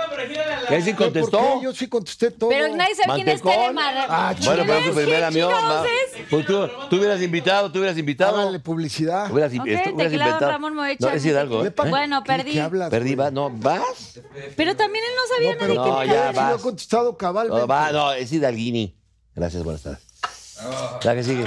¿Qué si No, ¿por contestó? qué? Yo sí contesté todo. Pero nadie sabe quién es Tere Mantecón. Madre. Ah, Bueno, pero ¿Quién tu es? primer ¿Quién amigo. chingados ma- es? Pues tú, tú hubieras invitado, tú hubieras invitado. Háganle publicidad. Hubieras, Ok, esto- hubieras teclado inventado. Ramón Moecha. no, es Hidalgo, ¿eh? Le pa- Bueno, ¿Qué- perdí. qué hablas, Perdí, güey? va, no, ¿vas? Pero también él no sabía No, nadie pero No, ¿por ya qué? Si vas. yo he contestado cabalmente. No, va, no, es Hidalguini. Gracias, buenas tardes. La que sigue.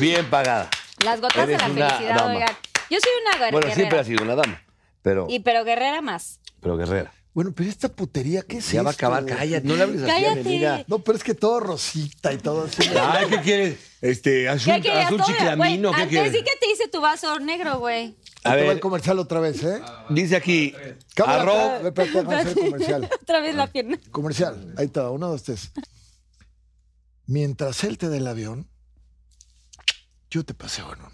Bien pagada. Las gotas de Eres la una felicidad, dama. oigan. Yo soy una guerrera. Bueno, siempre ha sido una dama, pero, Y pero guerrera más. pero guerrera. Bueno, pero esta putería, ¿qué es Ya va a esto? acabar, cállate, no le hables así a mi Cállate. amiga. No, pero es que todo rosita y todo así. Ah, Ay, ¿qué quieres? Este, haz ¿Qué un, querías haz un todo? chiclamino, Güey, ¿qué Antes quieres? sí que te hice tu vaso negro, güey. A Ahí te va ver, el comercial otra vez, ¿eh? dice aquí, Cámara arroz. atrás. Espérate, déjame hacer el comercial. Otra vez la pierna. Comercial. Ahí está, uno, dos, tres. Mientras él te dé el avión, yo te paseo en uno.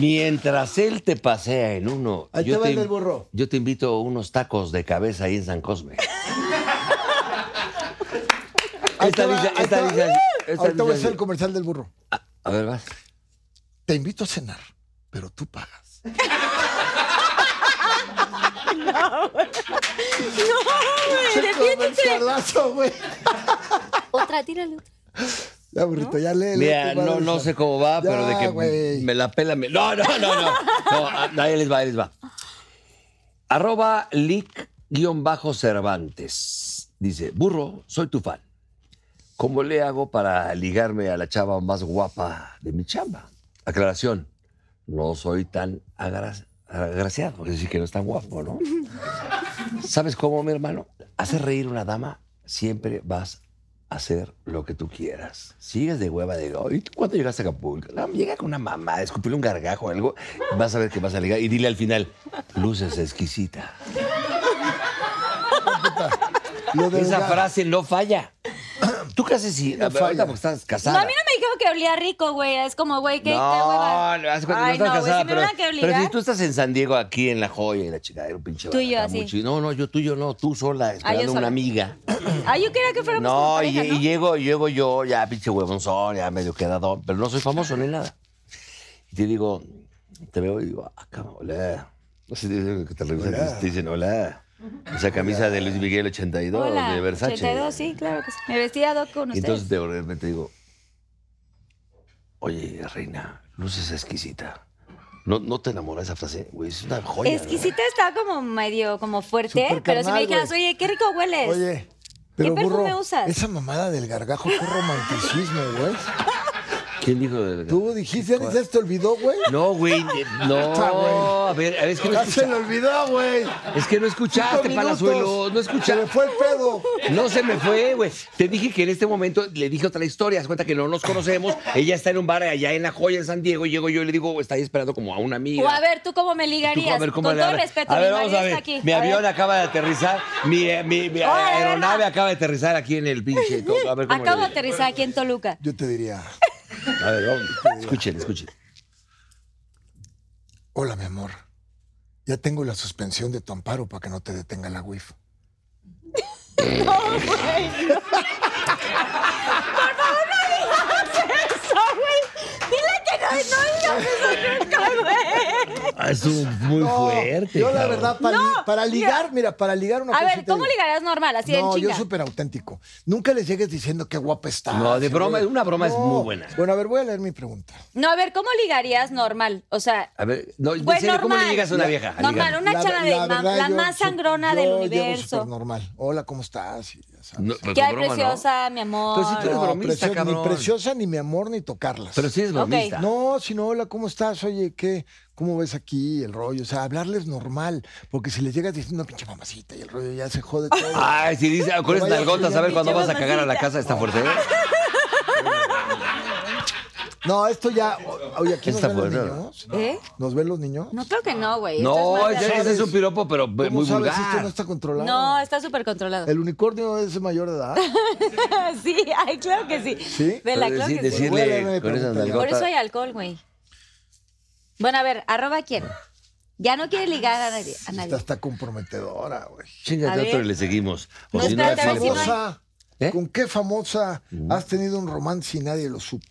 Mientras él te pasea en uno, Ahí te va el del burro. yo te invito a unos tacos de cabeza ahí en San Cosme. Ahí Esta te va, dice- ahí te esta va. dice- esta Ahorita voy a dice- hacer el comercial del burro. A, a ver, vas. Te invito a cenar, pero tú pagas. No, güey, defiéndete. Comercialazo, güey. Otra, tíralo. Ya, burrito, ya lee. Mira, no, no sé cómo va, pero de que me la pela. me- No, no, no, no. No, a- ahí les va, ahí les va. Arroba lic-cervantes. Dice, burro, soy tu fan. ¿Cómo le hago para ligarme a la chava más guapa de mi chamba? Aclaración, no soy tan agra- agraciado, es decir, que no es tan guapo, ¿no? ¿Sabes cómo, mi hermano? Hacer reír una dama, siempre vas a hacer lo que tú quieras. Sigues de hueva, de, ¿y tú cuándo llegaste a Acapulco? No, llega con una mamá, escupirle un gargajo o algo, vas a ver que vas a ligar. Y dile al final, luces exquisita. Esa frase no falla. ¿Tú qué haces si, ahorita falla. porque estás No, casada? a mí no me dijeron que olía rico, güey. Es como, güey, ¿qué, qué hueva? No, no, haz cuenta, no Ay, estás no, casada, güey, si me pero, hubieran que pero si obligar. tú estás en San Diego, aquí en La Joya, y la chica era un pinche... Tú y yo, barata, así. muy chido. No, no, yo tú y yo no, tú sola, esperando sola. una amiga. Ah, yo quería que fuéramos como No, pareja, y, ¿no? y llego, llego yo, ya pinche huevonzón, ya medio quedado, pero no soy famoso ni nada. Y te digo, te veo y digo, ah, cabrón, hola. No sé, te dicen que te revisan, Hola. te dicen hola. Esa camisa de Luis Miguel 82, Hola, de Versace. 82, sí, claro que sí. Me vestía doc con Y ustedes. entonces de repente digo, oye, reina, luces exquisita. ¿No, no te enamora esa frase? Güey, es una joya. ¿verdad? Exquisita está como medio como fuerte, Súper pero si me carnal, dijeras, güey. oye, qué rico hueles. Oye, pero perfume burro, usas? esa mamada del gargajo, qué romanticismo, güey. ¿Quién dijo? de- Tú dijiste, ya ni se te olvidó, güey. No, güey, no. A ver, a ver, es que no Ya se le escuchaste, olvidó, güey. es que no Cinco escuchaste minutos. Palazuelos, no Se escuchaste. le fue el pedo. No se me fue, güey. Te dije que en este momento le dije otra historia. Haz cuenta que no nos conocemos. Ella está en un bar allá en La Joya, en San Diego. Y llego yo y le digo, está ahí esperando como a una amiga. O a ver, ¿tú cómo me Tú, ligarías? a ver, ¿cómo Con le todo hablas? respeto, A ver, mi vamos marido a ver. está aquí. Mi A ver, avión acaba de aterrizar. Mi, eh, mi- mi Órale, aeronave venga. acaba de aterrizar aquí en el pinche. todo. A ver cómo le Acabo de digo. aterrizar aquí en Toluca. Yo te diría, A ver, vamos. Escuchen, escuchen. hola, mi amor. Ya tengo la suspensión de tu amparo para que no te detenga la WIF. No, güey. no. Por favor, no digas Ay, no digas eso nunca, güey. Ah, estuvo muy No, fuerte. Yo, la cabrón. verdad, para, No, li- para ligar, mira, para ligar una A cosa Pues ver, sí te ¿cómo digo. ligarías normal? Así en No, yo chinga. súper auténtico. Nunca les llegues diciendo qué guapa está. No, de broma, una broma es muy buena. Bueno, a ver, voy a leer mi pregunta. No, a ver, ¿cómo ligarías normal? O sea, A ver, no, en Pues serio, ¿cómo le normal. llegas a una vieja? a Normal, ligar? una La- chava de ma- la, verdad, yo más sup- sangrona yo del llego universo. supernormal. Hola, ¿cómo estás? Y ya sabes. No, pero ¿Qué con hay broma, no. preciosa, mi amor? Pero si tú eres No, bromista, preciosa- cabrón. ni preciosa, ni mi amor, ni tocarlas. Pero sí es bromista. No, sino hola, ¿cómo estás? Oye, ¿qué? ¿Cómo ves aquí el rollo? O sea, hablarles normal, porque si les llegas diciendo pinche mamacita y el rollo ya se jode todo. Ay, si dice, ah, con esas Vaya, nalgotas, a ver ya cuándo me vas a llevo cagar a la masita. casa de esta fuerte. eh? No, esto ya. o- Oye, ¿aquí nos Está ven los bueno. niños? ¿Eh? ¿Nos ven los niños? No creo que no, güey. Esto No, es más ese, de- ese es un piropo, pero eh, ¿Cómo muy sabes? vulgar. Esto no está controlado. No, está súper controlado. El unicornio es mayor de edad. sí, ay, claro que sí. ¿Sí? Vela, Pero claro deci- que sí. decirle Bueno, bueno, con esas pregúntale. nalgotas. Por eso hay alcohol, güey. Bueno, a ver, arroba quién. Ya no quiere ligar a nadie. A Esta nadie. está comprometedora, güey. Chingate A ver. otro y le seguimos. O No, si no, espérate, ya ¿Qué a ver si no famosa. hay- famosa? ¿Eh? ¿Con qué famosa has tenido un romance y nadie lo supo?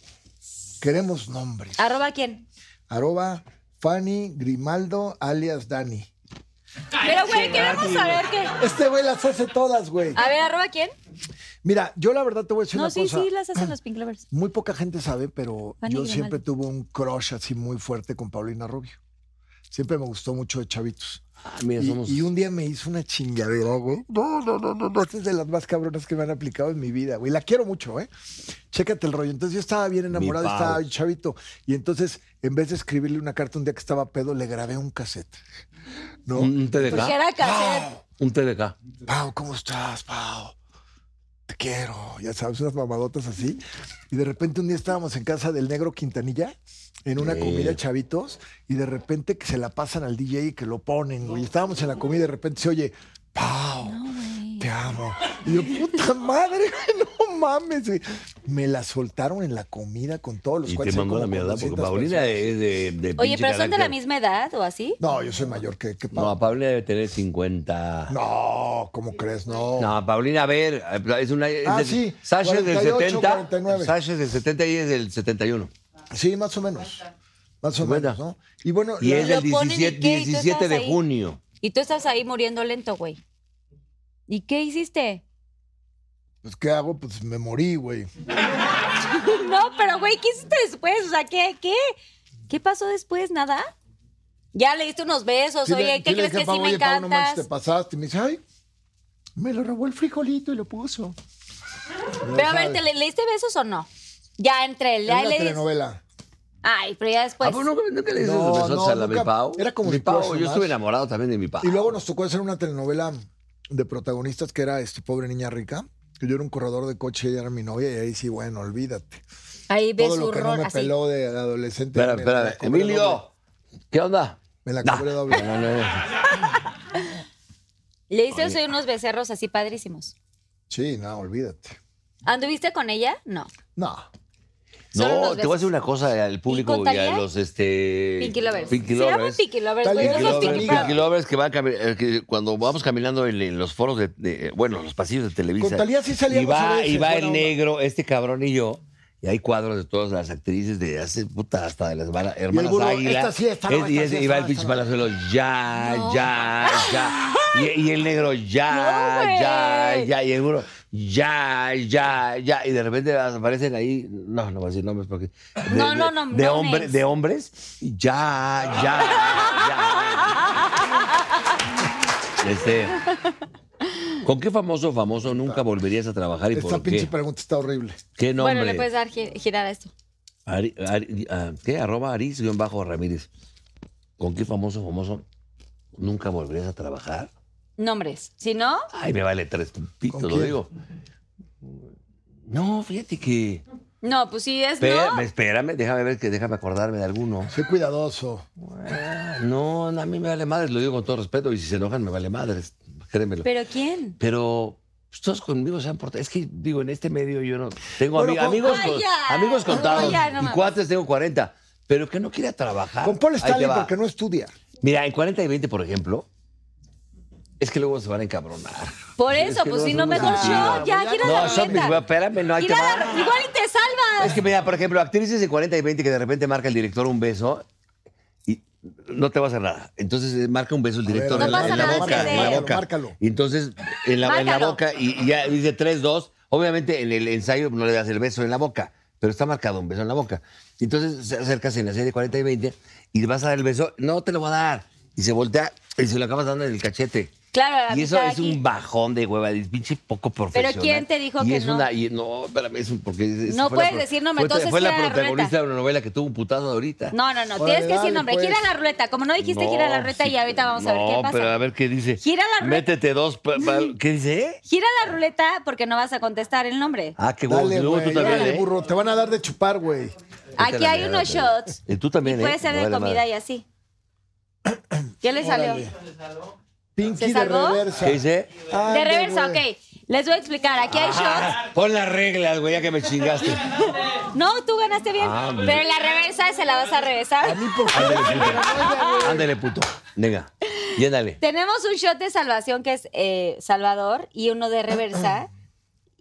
Queremos nombres. Arroba quién. Arroba Fanny Grimaldo alias Dani. Pero, güey, queremos saber qué. Este güey las hace todas, güey. A ver, arroba quién. Mira, yo la verdad te voy a decir Ah. No, una sí, cosa. sí, las hacen los Pink Lovers. Muy poca gente sabe, pero Fanny yo Grimaldo. siempre tuve un crush así muy fuerte con Paulina Rubio. Siempre me gustó mucho de chavitos. Ah, mira, Y, somos. y un día me hizo una chingadera, güey. No, no, no, no, no. Esta es de las más cabronas que me han aplicado en mi vida, güey. La quiero mucho, ¿eh? Chécate el rollo. Entonces yo estaba bien enamorado, Pau. estaba bien chavito. Y entonces, en vez de escribirle una carta un día que estaba pedo, le grabé un cassette. ¿No? un, un TDK. Porque pues era Pues cassette. Un TDK. Pau, ¿cómo estás, Pau? Te quiero. Ya sabes, unas mamadotas así. Y de repente un día estábamos en casa del negro Quintanilla, en una Sí. comida chavitos, y de repente que se la pasan al DJ y que lo ponen, güey. Estábamos en la comida y de repente se oye, Pau, te amo. Y yo, puta madre, güey, no mames. güey. Me la soltaron en la comida con todos los Y cuates, te eran mandó la como mierda, porque 400 Paulina personas. es de. de Oye, pinche pero son de la carácter. misma edad o así. No, yo soy mayor que, que Pau. No, Paulina debe tener 50. No, ¿cómo crees? No. No, Paulina, a ver, es una. es Ah, del- sí, Sasha es del 48, 70. 49. Sasha es del 70 y es del 71. Sí, más o menos. Más o Cincuenta. menos, ¿no? Y bueno, Y la- es lo del ponen y 17, qué, y tú 17 de estás ahí. junio. Y tú estás ahí muriendo lento, güey. ¿Y qué hiciste? pues, ¿qué hago? Pues me morí, güey. No, pero güey, ¿qué hiciste después? O sea, ¿qué, qué? ¿Qué pasó después? ¿Nada? Ya le diste unos besos, Sí le- oye, ¿qué sí le crees dije a que Pau, sí me "Oye, Pau, no manches, encantas? te pasaste. Y me dice, ay, me lo robó el frijolito y lo puso. Pero a ver, ¿te le, le diste besos o no? Ya entre él, Era ya una le dis- telenovela. Ah, Ay, pero ya después. ¿A poco Ah, nunca, nunca le dices Pues, No, esos besotes no, a la nunca. mi Pau? Era como mi mi Pau. crush Yo nomás. estuve enamorado también de mi Pau. Y luego nos tocó hacer una telenovela de protagonistas que era este pobre niña rica. Que yo era un corredor de coche y ella era mi novia. Y ahí sí, bueno, olvídate. Ahí ves Todo su lo que rol no me así. peló de adolescente. Espera, me- me espera, la cobré doble. Emilio, ¿qué onda? Me la Nah. cobré doble. No, no, no. Le diste soy unos becerros así padrísimos. Sí, no, olvídate. ¿Anduviste con ella? No. No. Solo No, unos te voy a decir una cosa al público y contaría? a los este Pinky Lovers. Pinky Se llaman Lovers. Pinky Lovers, Tal güey. vez No Pinky los son Lovers, Pinky Lovers. Lovers. Pinky Lovers que van cami- eh, que cuando vamos caminando en, en los foros de, de- bueno, los pasillos de Televisa. Con Thalía sí salíamos y va, a veces, y va buena el onda. negro, este cabrón y yo. Y hay cuadros de todas las actrices de hace puta hasta de las hermana- hermanas burro, Águila. esta sí, esta no, Es- y, esta es- sí, y esta va no, el pinche esta no. palazuelo, ya, ya, ya. Y, y el negro, No, ya, güey. ya, ya. Y el burro, ya, ya, ya. Y de repente aparecen ahí, no, no voy a decir nombres porque. de- No, de- no, no, De, no hombre- names. de hombres, ya, ya, ya. Este, ¿Con qué famoso o famoso nunca volverías a trabajar y Esta por pinche qué? pregunta está horrible. ¿Qué nombre? Bueno, le puedes dar gi- girar a esto. Ari- Ari- ah, ¿Qué? Arroba Aris guión bajo Ramírez. ¿Con qué famoso famoso nunca volverías a trabajar? Nombres. Si no, Ay, me vale tres pitos, ¿Con lo quién? digo. No, fíjate que. no, pues sí es Espérame, no. espérame, déjame ver que déjame acordarme de alguno. Sé cuidadoso. No, no, a mí me vale madres, lo digo con todo respeto, y si se enojan me vale madres, créemelo. ¿Pero quién? Pero pues, todos conmigo se han portado. Es que, digo, en este medio yo no. Tengo Bueno, ami- con- amigos, Ay, con- ya. amigos contados No, ya, no y mames. cuates, tengo 40. Pero que no quiera trabajar. Con Paul Ah, ahí te Stanley va. porque no estudia. Mira, en 40 y 20, por ejemplo, es que luego se van a encabronar. Por eso, que pues no si no, somos mejor así. yo. Ya, gira No, la son mis ruleta. güey, espérame, no hay que Gira la- Igual y te salvas. Es que mira, por ejemplo, actrices de 40 y 20 que de repente marca el director un beso y no te va a hacer nada. Entonces eh, marca un beso el director No en, la, pasa en la nada, boca. sí, en la sí. boca. Márcalo. Y entonces en la, en la Márcalo. boca y, y ya dice 3, 2. Obviamente en el ensayo no le das el beso en la boca, pero está marcado un beso en la boca. Y Entonces se acercas en la serie de 40 y 20 y vas a dar el beso. No te lo va a dar. Y se voltea y se lo acabas dando en el cachete. Claro, a Y mí eso cada es un quien. bajón de hueva, de pinche poco profesional. ¿quién te dijo y que es no? Una, y no, espérame, es un- porque... es- No fue la puedes pro- decir, no, me fue, entonces Fue sí la era la protagonista ruleta. de una novela que tuvo un putazo ahorita. No, no, no, Órale, tienes que decir dale, nombre. pues. Gira la ruleta. Como no dijiste, gira la ruleta y ahorita vamos a ver qué pasa. No, pero a ver qué dice. Gira la ruleta. Métete dos... pa- pa- ¿Qué dice? ¿Eh? Gira la ruleta porque no vas a contestar el nombre. Ah, qué huevo. Dale, y luego güey, tú también, dale, ¿eh? burro. Te van a dar de chupar, güey. Vete a Aquí la hay mierda, unos pero- shots. Y tú también, Puede ¿eh? ser Me de vale comida madre. y así. ¿Qué le salió? Órale. Pinky ¿Se de salvó? reversa. ¿Qué dice? De Ande, reversa, ok. güey. Les voy a explicar. Aquí hay shots. Pon las reglas, güey, ya que me chingaste. No, tú ganaste bien. Ah, hombre. Ah, pero la reversa se la vas a A regresar. mí, ¿por qué? Ándale, puto. Ándale, puto. Venga, llénale. Tenemos un shot de salvación que es eh, Salvador y uno de reversa.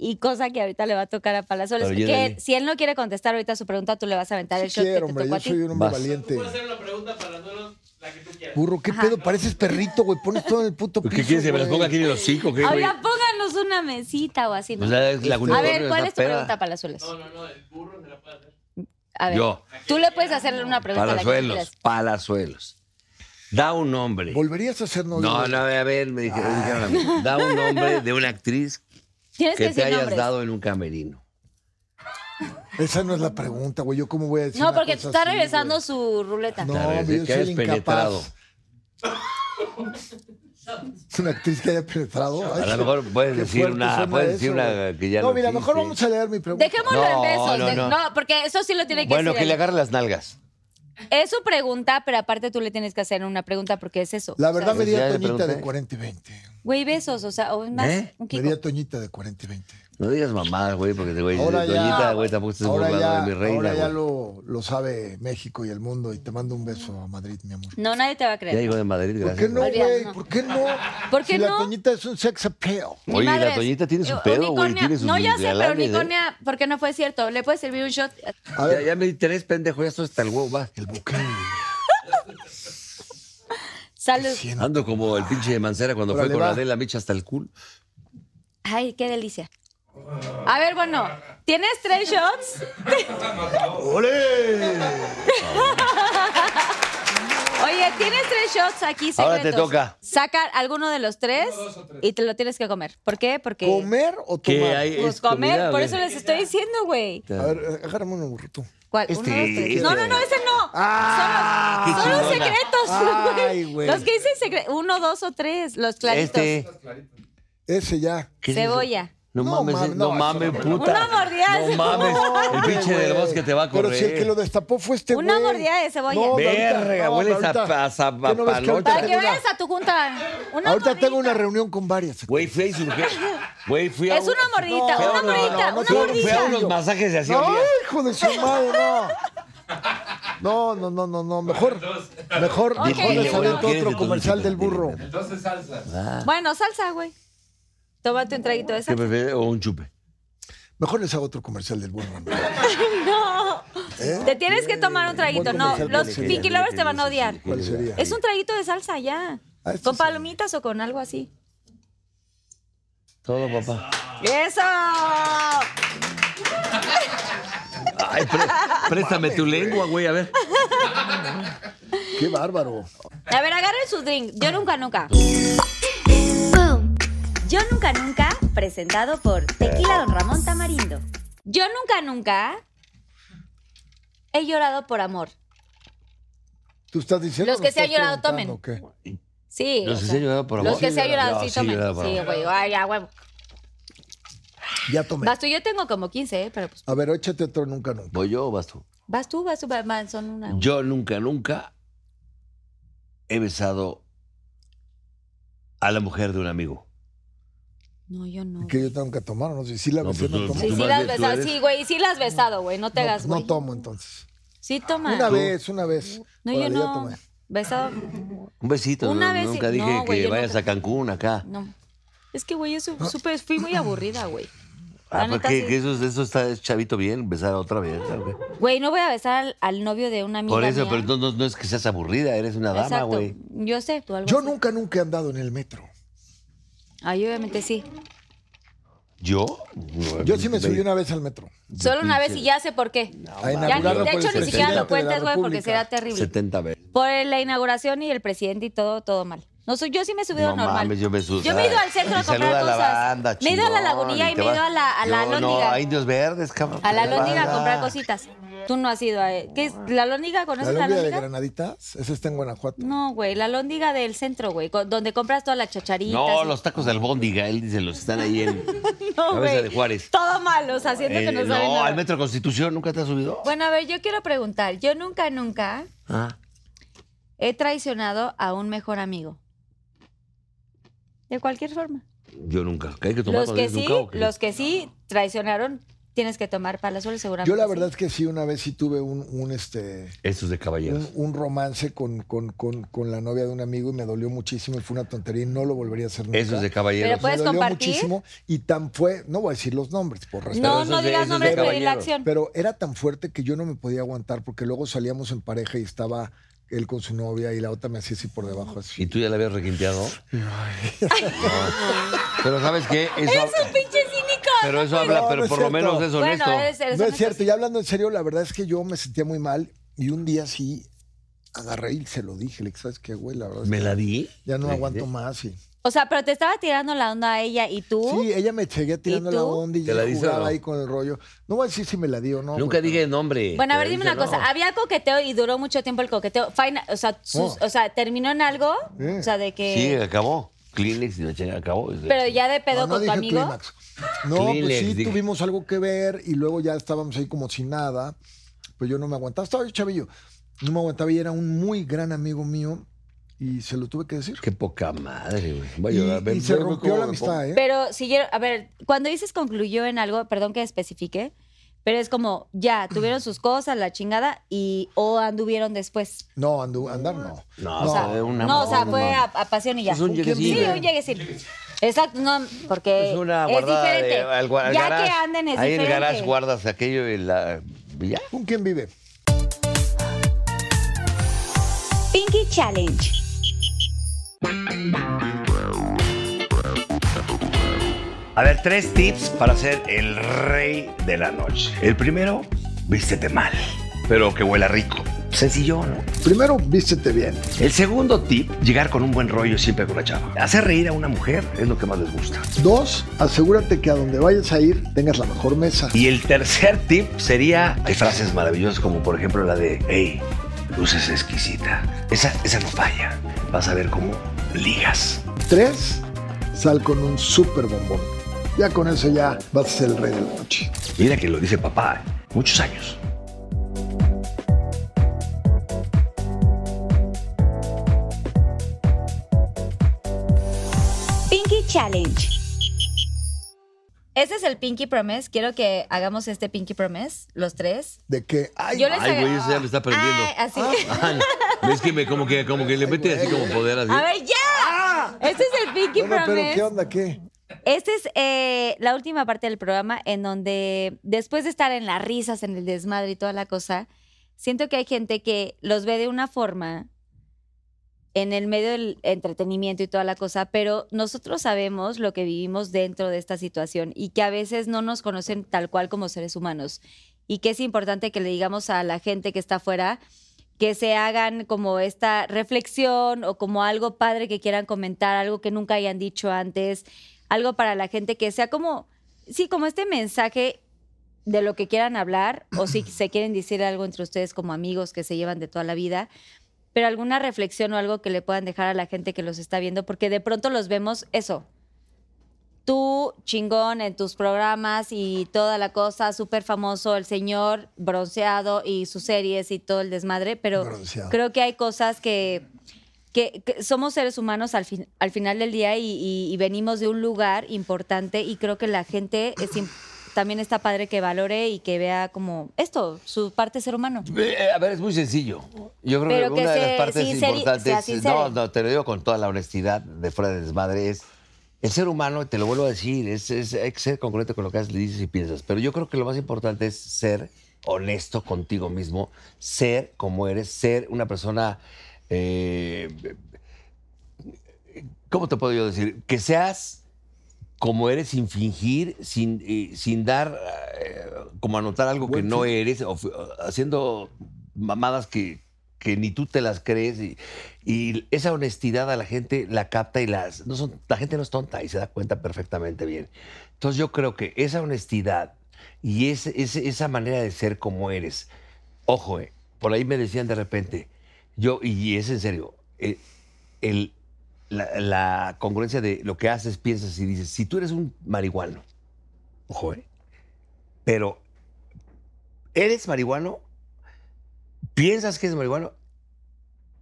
Y cosa que ahorita le va a tocar a Palazuelos. Pero Que llénale. si él no quiere contestar ahorita su pregunta, tú le vas a aventar el Sí shot quiero, que te hombre. tocó Yo a ti. soy un hombre Vas. valiente. Burro, ¿qué pedo? Pareces perrito, güey. Pones todo en el puto piso, ¿Qué quieres? ¿Se me las güey. ponga aquí en los cinco? ¿Qué, güey? Ahora pónganos una mesita o así. ¿no? Pues la- la a unicornio ver, ¿cuál esa es tu peda. pregunta, Palazuelos? No, no, no, el burro se la puede hacer. A ver, Yo. tú le puedes hacerle una pregunta a la que tú Palazuelos, quieras. palazuelos. Da un nombre. ¿Volverías a ser novio? No, no, a ver, me dijeron, dijeron a Ah. mí. Da un nombre de una actriz Tienes que, que te decir hayas nombres. dado en un camerino. Esa no es la pregunta, güey. Yo cómo voy a decir No, una porque cosa te está así, regresando su ruleta. No, Tal vez, hombre, ¿eh? yo que soy hayas incapaz. penetrado. güey. Una actriz que haya penetrado. A Ay, lo mejor puedes qué decir fuerte una, suena puedes decir eso, una güey. que ya No, no mira, mejor existe. vamos a leer mi pregunta. Dejémoslo No, en besos. no, de- no. No, porque eso sí lo tiene que Bueno, decir. que le él. agarre las nalgas. Es su pregunta, pero aparte tú le tienes que hacer una pregunta porque es eso. La O sea, verdad me di Ya a le Toñita pregunté. de 40 y 20. Güey, besos, o sea, o es más, ¿Eh? un Me kiko. di a Toñita de 40 y 20. No digas mamadas, güey, porque te güey, Ahora doñita, ya, Pues, güey, tampoco estás ahora burlando ya, de mi reina. ahora ya güey. lo, lo sabe México y el mundo. Y te mando un beso a Madrid, mi amor. No, nadie te va a Ya creer. llegó de Madrid, ¿Por gracias. qué no, güey. Olvídalo, güey? no. ¿Por qué no? ¿Por qué si no? la Toñita es un sex appeal. Ni Oye, la madres. Toñita tiene su Eh, pedo, güey, unicornia- tiene sus No, ya sé, pero galanes, ¿eh? unicornia, porque no fue cierto. ¿Le puedes servir un shot? A Ya, ver, ya me di tres pendejo, ya estoy hasta el huevo, va. el buque. Salud. Siento. Ando como el pinche de Mancera cuando fue Órale, con va. Adela Micha hasta el culo. Ay, qué delicia. A ver, bueno, tienes tres shots. ¡Ole! Oye, tienes tres shots aquí secretos. Ahora te toca. Saca alguno de los tres y te lo tienes que comer. ¿Por qué? Porque... ¿Comer o Que tomar? hay Pues es comer, comida, por güey. eso les estoy diciendo, güey. A ver, agárrame uno, burro, tú. ¿Cuál? Este, Uno, dos, tres. este. No, no, no, ese no. Ah, son los, qué son los chingona. secretos. güey. Ay, güey. Los que dicen secretos. Uno, dos o tres. Los claritos. Este. Ese ya. ¿Qué es eso? Cebolla. No, No, mames, mames, no, no, mames, eso puta. Una mordida de No mames, el Hombre, pinche del güey. bosque te va a correr. Pero si el que lo destapó fue este güey. Una mordida de cebolla. ahorita- Verga, hueles pero ahorita- a- a zapa- ¿Qué no ves que ahorita panocha. Para que tengo una- vayas a tu junta. Una Ahorita mordidita. tengo una reunión con varias. Güey, fui a surgir. Güey, fui a. Es un- una mordidita, Fui a una unos- mordidita, no, una no, no, Fui a mordidita. unos masajes de así No, olía. hijo de su madre, no. No, no, no, no, no. Mejor, mejor, Ok, mejor les bueno. ¿Quieres aviento de otro tu comercial dulce? del burro. Bueno, salsa, güey. Tómate un traguito de ¿Qué salsa. prefieres? O un chupe. Mejor les hago otro comercial del burro. ¿no? No. ¿Eh? Te tienes que tomar un traguito. No, comercial los de alegría. Pinky Lovers te van a odiar. ¿Cuál sería? Es un traguito de salsa ya. Ah, esto Con sí. palomitas o con algo así. Todo, papá. ¡Eso! Ay, pre- préstame tu lengua, güey, a ver. Qué bárbaro. A ver, agarren su drink. Yo nunca, nunca. Yo nunca, nunca, presentado por Tequila Don Ramón Tamarindo. Yo nunca, nunca he llorado por amor. ¿Tú estás diciendo? Los que ¿Nos se han estás llorado, tomen. preguntando o Sí. Los o que sea, se han llorado por amor. Los que Sí, se han llorado, yo sí sí, he tomen. llorado por Sí, amor. güey. Ay, ya, huevo. qué? Ya tomé. Vas tú, yo tengo como 15, ¿eh? Pero pues A ver, échate otro nunca, nunca. ¿Voy yo o vas Ah, tú? vas tú, vas tú, vas- vas- son una. Yo nunca, nunca he besado a la mujer de un amigo. No, yo no. Que yo tengo que tomar, no sé. Si la No, vecina pues, toma. Sí, Tú sí más las bien, tú besado. eres- Sí, güey, sí las has besado, güey. No te hagas, no güey. tomo entonces. Sí, toma. Una vez, una vez. No, yo Órale, ya no. tomé. Besado. Un besito. Una no, vez- Nunca no, dije güey, que yo vayas nunca- a Cancún acá. No. Es que, güey, yo su- supe- fui muy aburrida, güey. Ah, La neta, porque sí. que eso, eso está es chavito bien, besar a otra vez. ¿sabes? Güey, no voy a besar al, al novio de una amiga Por eso, mía. pero no, no- no es que seas aburrida, eres una dama, Exacto. güey. Yo sé, tú algo Yo así. nunca, nunca he andado en el metro. Ay, obviamente sí. ¿Yo? Yo sí me subí una vez al metro. Solo una vez y ya sé por qué. A Ya, inaugurarlo de por hecho, el ni siquiera lo presidente de la cuentes, güey, porque República. será terrible. 70 veces. Por la inauguración y el presidente y todo, todo mal. No, soy- yo sí me he subido No normal. mames, yo me subo. Yo me he ido al centro a Y comprar saluda cosas. a la banda, me he ido a la chingón, lagunilla y, te me he vas- ido a la, a la Yo No, alóndiga. a Indios Verdes, cabrón. a la lóndiga a Banda. comprar cositas. Tú no has ido a. ¿Qué es? ¿La lóndiga? La ¿Conoces la Colombia de lóndiga? Granaditas, esa está en Guanajuato. No, güey, la lóndiga del centro, güey, co- donde compras todas las chacharitas. No, y- los tacos de albóndiga, él dice, los están ahí en No, Cabeza güey. de Juárez. Todo mal, o sea, siento que Eh, no saben no, nada. al Metro Constitución nunca te has subido. Bueno, a ver, yo quiero preguntar. Yo nunca, nunca Ah, he traicionado a un mejor amigo. De cualquier forma. yo nunca. ¿Qué hay que tomar Los para que decir sí, nunca o qué? los que sí traicionaron, tienes que tomar palazuelos seguramente. Yo la pues, sí. verdad es que sí, una vez sí tuve un, un, este, Estos de un, caballeros. un romance con, con, con, con la novia de un amigo y me dolió muchísimo y fue una tontería y no lo volvería a hacer nunca. Esos de Pero caballeros. puedes me dolió compartir. muchísimo y tan fue, no voy a decir los nombres por respeto. No, esos no de- digas esos de nombres, pero di la caballeros. acción. Pero era tan fuerte que yo no me podía aguantar porque luego salíamos en pareja y estaba él con su novia y la otra me hacía así por debajo así. ¿Y tú ya la habías requinteado? No. Pero ¿sabes qué? Eso, ¡Eres un pinche cínico! pero eso habla, No, pero no es por lo cierto. menos es honesto. bueno, eres, eres No es honesto. cierto, ya hablando en serio, la verdad es que yo me sentía muy mal y un día sí agarré y se lo dije, le dije, ¿sabes qué, güey? La verdad es ¿Me que la di? ya no aguanto más. Y... O sea, pero te estaba tirando la onda a ella y tú. Sí, ella me seguía tirando la tú? onda y ¿Te yo la dice o jugaba no? ahí con el rollo. No voy a decir si me la di o no. Nunca porque- dije el nombre. pues, Bueno, a Pero ver, dime dice una cosa. ah, no. Había coqueteo y duró mucho tiempo el coqueteo. Fina- o, sea, sus- Oh. o sea, terminó en algo. Eh. O sea, de Sí, que. acabó. Kleenex y la chingada acabó. pero ya de No, pedo no con tu dije amigo. clímax. No, pues Kleenex, sí, dije. tuvimos algo que ver y luego ya estábamos ahí como sin nada. Pues yo no me aguantaba. Estaba yo chavillo. No me aguantaba y era un muy gran amigo mío y se lo tuve que decir. Qué poca madre, güey. Voy a Y, llorar. Ven, y se ven, ven, rompió cómo la me amistad, ¿eh? Pero siguieron. A ver, cuando dices concluyó en algo, perdón que especifique, pero es como ya tuvieron sus cosas, la chingada, y o anduvieron después. No, andu- andar no. No, O sea, fue un no, o sea, amor, fue no. a, a pasión y ya. Es un Sí, lleguecillo. un lleguecil. Exacto, no, porque es, Es una guardada. de- diferente. al gua- al ya garage. que anden es Ahí en el diferente. garage guardas aquello y la. y ya. ¿Con quién vive? Pinky Challenge. A ver, tres tips para ser el rey de la noche. El primero, vístete mal, pero que huela rico. Sencillo, ¿no? Primero, vístete bien. El segundo tip, llegar con un buen rollo siempre con la chava. Hacer reír a una mujer es lo que más les gusta. Dos, asegúrate que a donde vayas a ir tengas la mejor mesa. Y el tercer tip sería, hay frases maravillosas como por ejemplo la de, hey, luces exquisita. Esa, esa no falla. Vas a ver cómo ligas. Tres, sal con un súper bombón. Ya con eso ya vas a ser el rey de la noche. Mira que lo dice papá, ¿eh? muchos años. Pinky Challenge. Este es el Pinky Promise. Quiero que hagamos este Pinky Promise, los tres. De que, ay, Yo les Ay, haga- güey, ese ya me está prendiendo. Ay, Ah, así. Es que me como que, como que le mete así como poder así. A ver, ya. Este es el Pinky Ah. bueno, pero Promise. ¿qué onda? ¿Qué? Esta es eh, la última parte del programa en donde después de estar en las risas, en el desmadre y toda la cosa, siento que hay gente que los ve de una forma en el medio del entretenimiento y toda la cosa, pero nosotros sabemos lo que vivimos dentro de esta situación y que a veces no nos conocen tal cual como seres humanos y que es importante que le digamos a la gente que está afuera que se hagan como esta reflexión o como algo padre que quieran comentar, algo que nunca hayan dicho antes, algo para la gente que sea como, sí, como este mensaje de lo que quieran hablar o si se quieren decir algo entre ustedes como amigos que se llevan de toda la vida, pero alguna reflexión o algo que le puedan dejar a la gente que los está viendo, porque de pronto los vemos eso. Tú, chingón, en tus programas y toda la cosa, súper famoso, el señor bronceado y sus series y todo el desmadre, pero Bronceado. creo que hay cosas que, que, que somos seres humanos al, fin- al final del día y, y- y venimos de un lugar importante y creo que la gente es im- también está padre que valore y que vea como esto, su parte ser humano. Eh, A ver, es muy sencillo. Yo creo Pero que, que una de se las partes sinceri- sea importantes, sincero. no, no, te lo digo con toda la honestidad de fuera de desmadre, es El ser humano, te lo vuelvo a decir, es, es- hay que ser congruente con lo que haces, le dices y piensas. Pero yo creo que lo más importante es ser honesto contigo mismo, ser como eres, ser una persona. eh, ¿Cómo te puedo yo decir? Que seas como eres sin fingir, sin, eh, sin dar, eh, como anotar algo que no eres, o fi- o haciendo mamadas que, que ni tú te las crees. Y, y esa honestidad a la gente la capta y las... No son, la gente no es tonta y se da cuenta perfectamente bien. Entonces yo creo que esa honestidad y ese- ese- esa manera de ser como eres, ojo, eh, por ahí me decían de repente, yo, y es en serio, eh, el, la, la congruencia de lo que haces, piensas y dices, si tú eres un marihuano, ojo, ¿eh? pero eres marihuano, piensas que eres marihuano,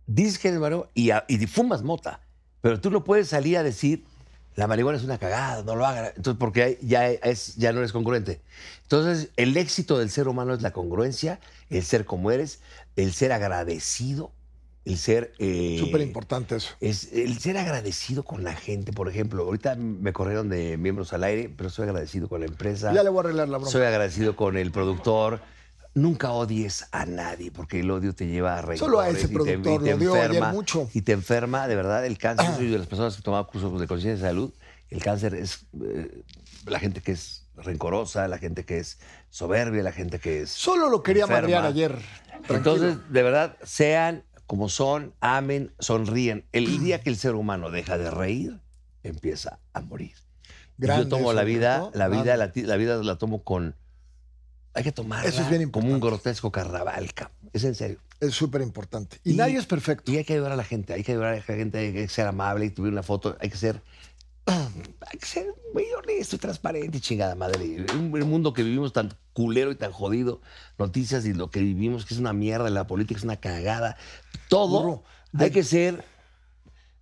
dices que eres marihuano y, a- y fumas mota, pero tú no puedes salir a decir, la marihuana es una cagada, no lo hagan, entonces porque ahí ya, es, ya no eres congruente. Entonces, el éxito del ser humano es la congruencia, el ser como eres, el ser agradecido, el ser... eh, Súper importante eso. es el ser agradecido con la gente. Por ejemplo, ahorita me corrieron de miembros al aire, pero soy agradecido con la empresa. Ya le voy a arreglar la soy broma. agradecido con el productor. Nunca odies a nadie, porque el odio te lleva a reír. Solo a ese productor, lo odió ayer mucho. Y te enferma, de verdad, el cáncer. Yo soy de las personas que toman cursos de conciencia de salud, el cáncer es eh, la gente que es rencorosa, la gente que es soberbia, la gente que es... Solo lo quería enferma. madrear ayer. Entonces, de verdad, sean como son, amen, sonríen. Mm. El día que el ser humano deja de reír, empieza a morir. Yo tomo la vida, la vida, Ah, la, ti- la vida la tomo con. Hay que tomarla Eso es bien como un importante. grotesco carnaval, cabrón. es en serio. Es súper importante. Y, Y- nadie es perfecto. Y hay que ayudar a la gente, hay que ayudar a la gente, hay que ser amable y subir una foto, hay que ser. Hay que ser muy honesto y transparente y chingada madre. Un, un mundo que vivimos tan culero y tan jodido, noticias y lo que vivimos que es una mierda, la política es una cagada. Todo Burro, hay que ser.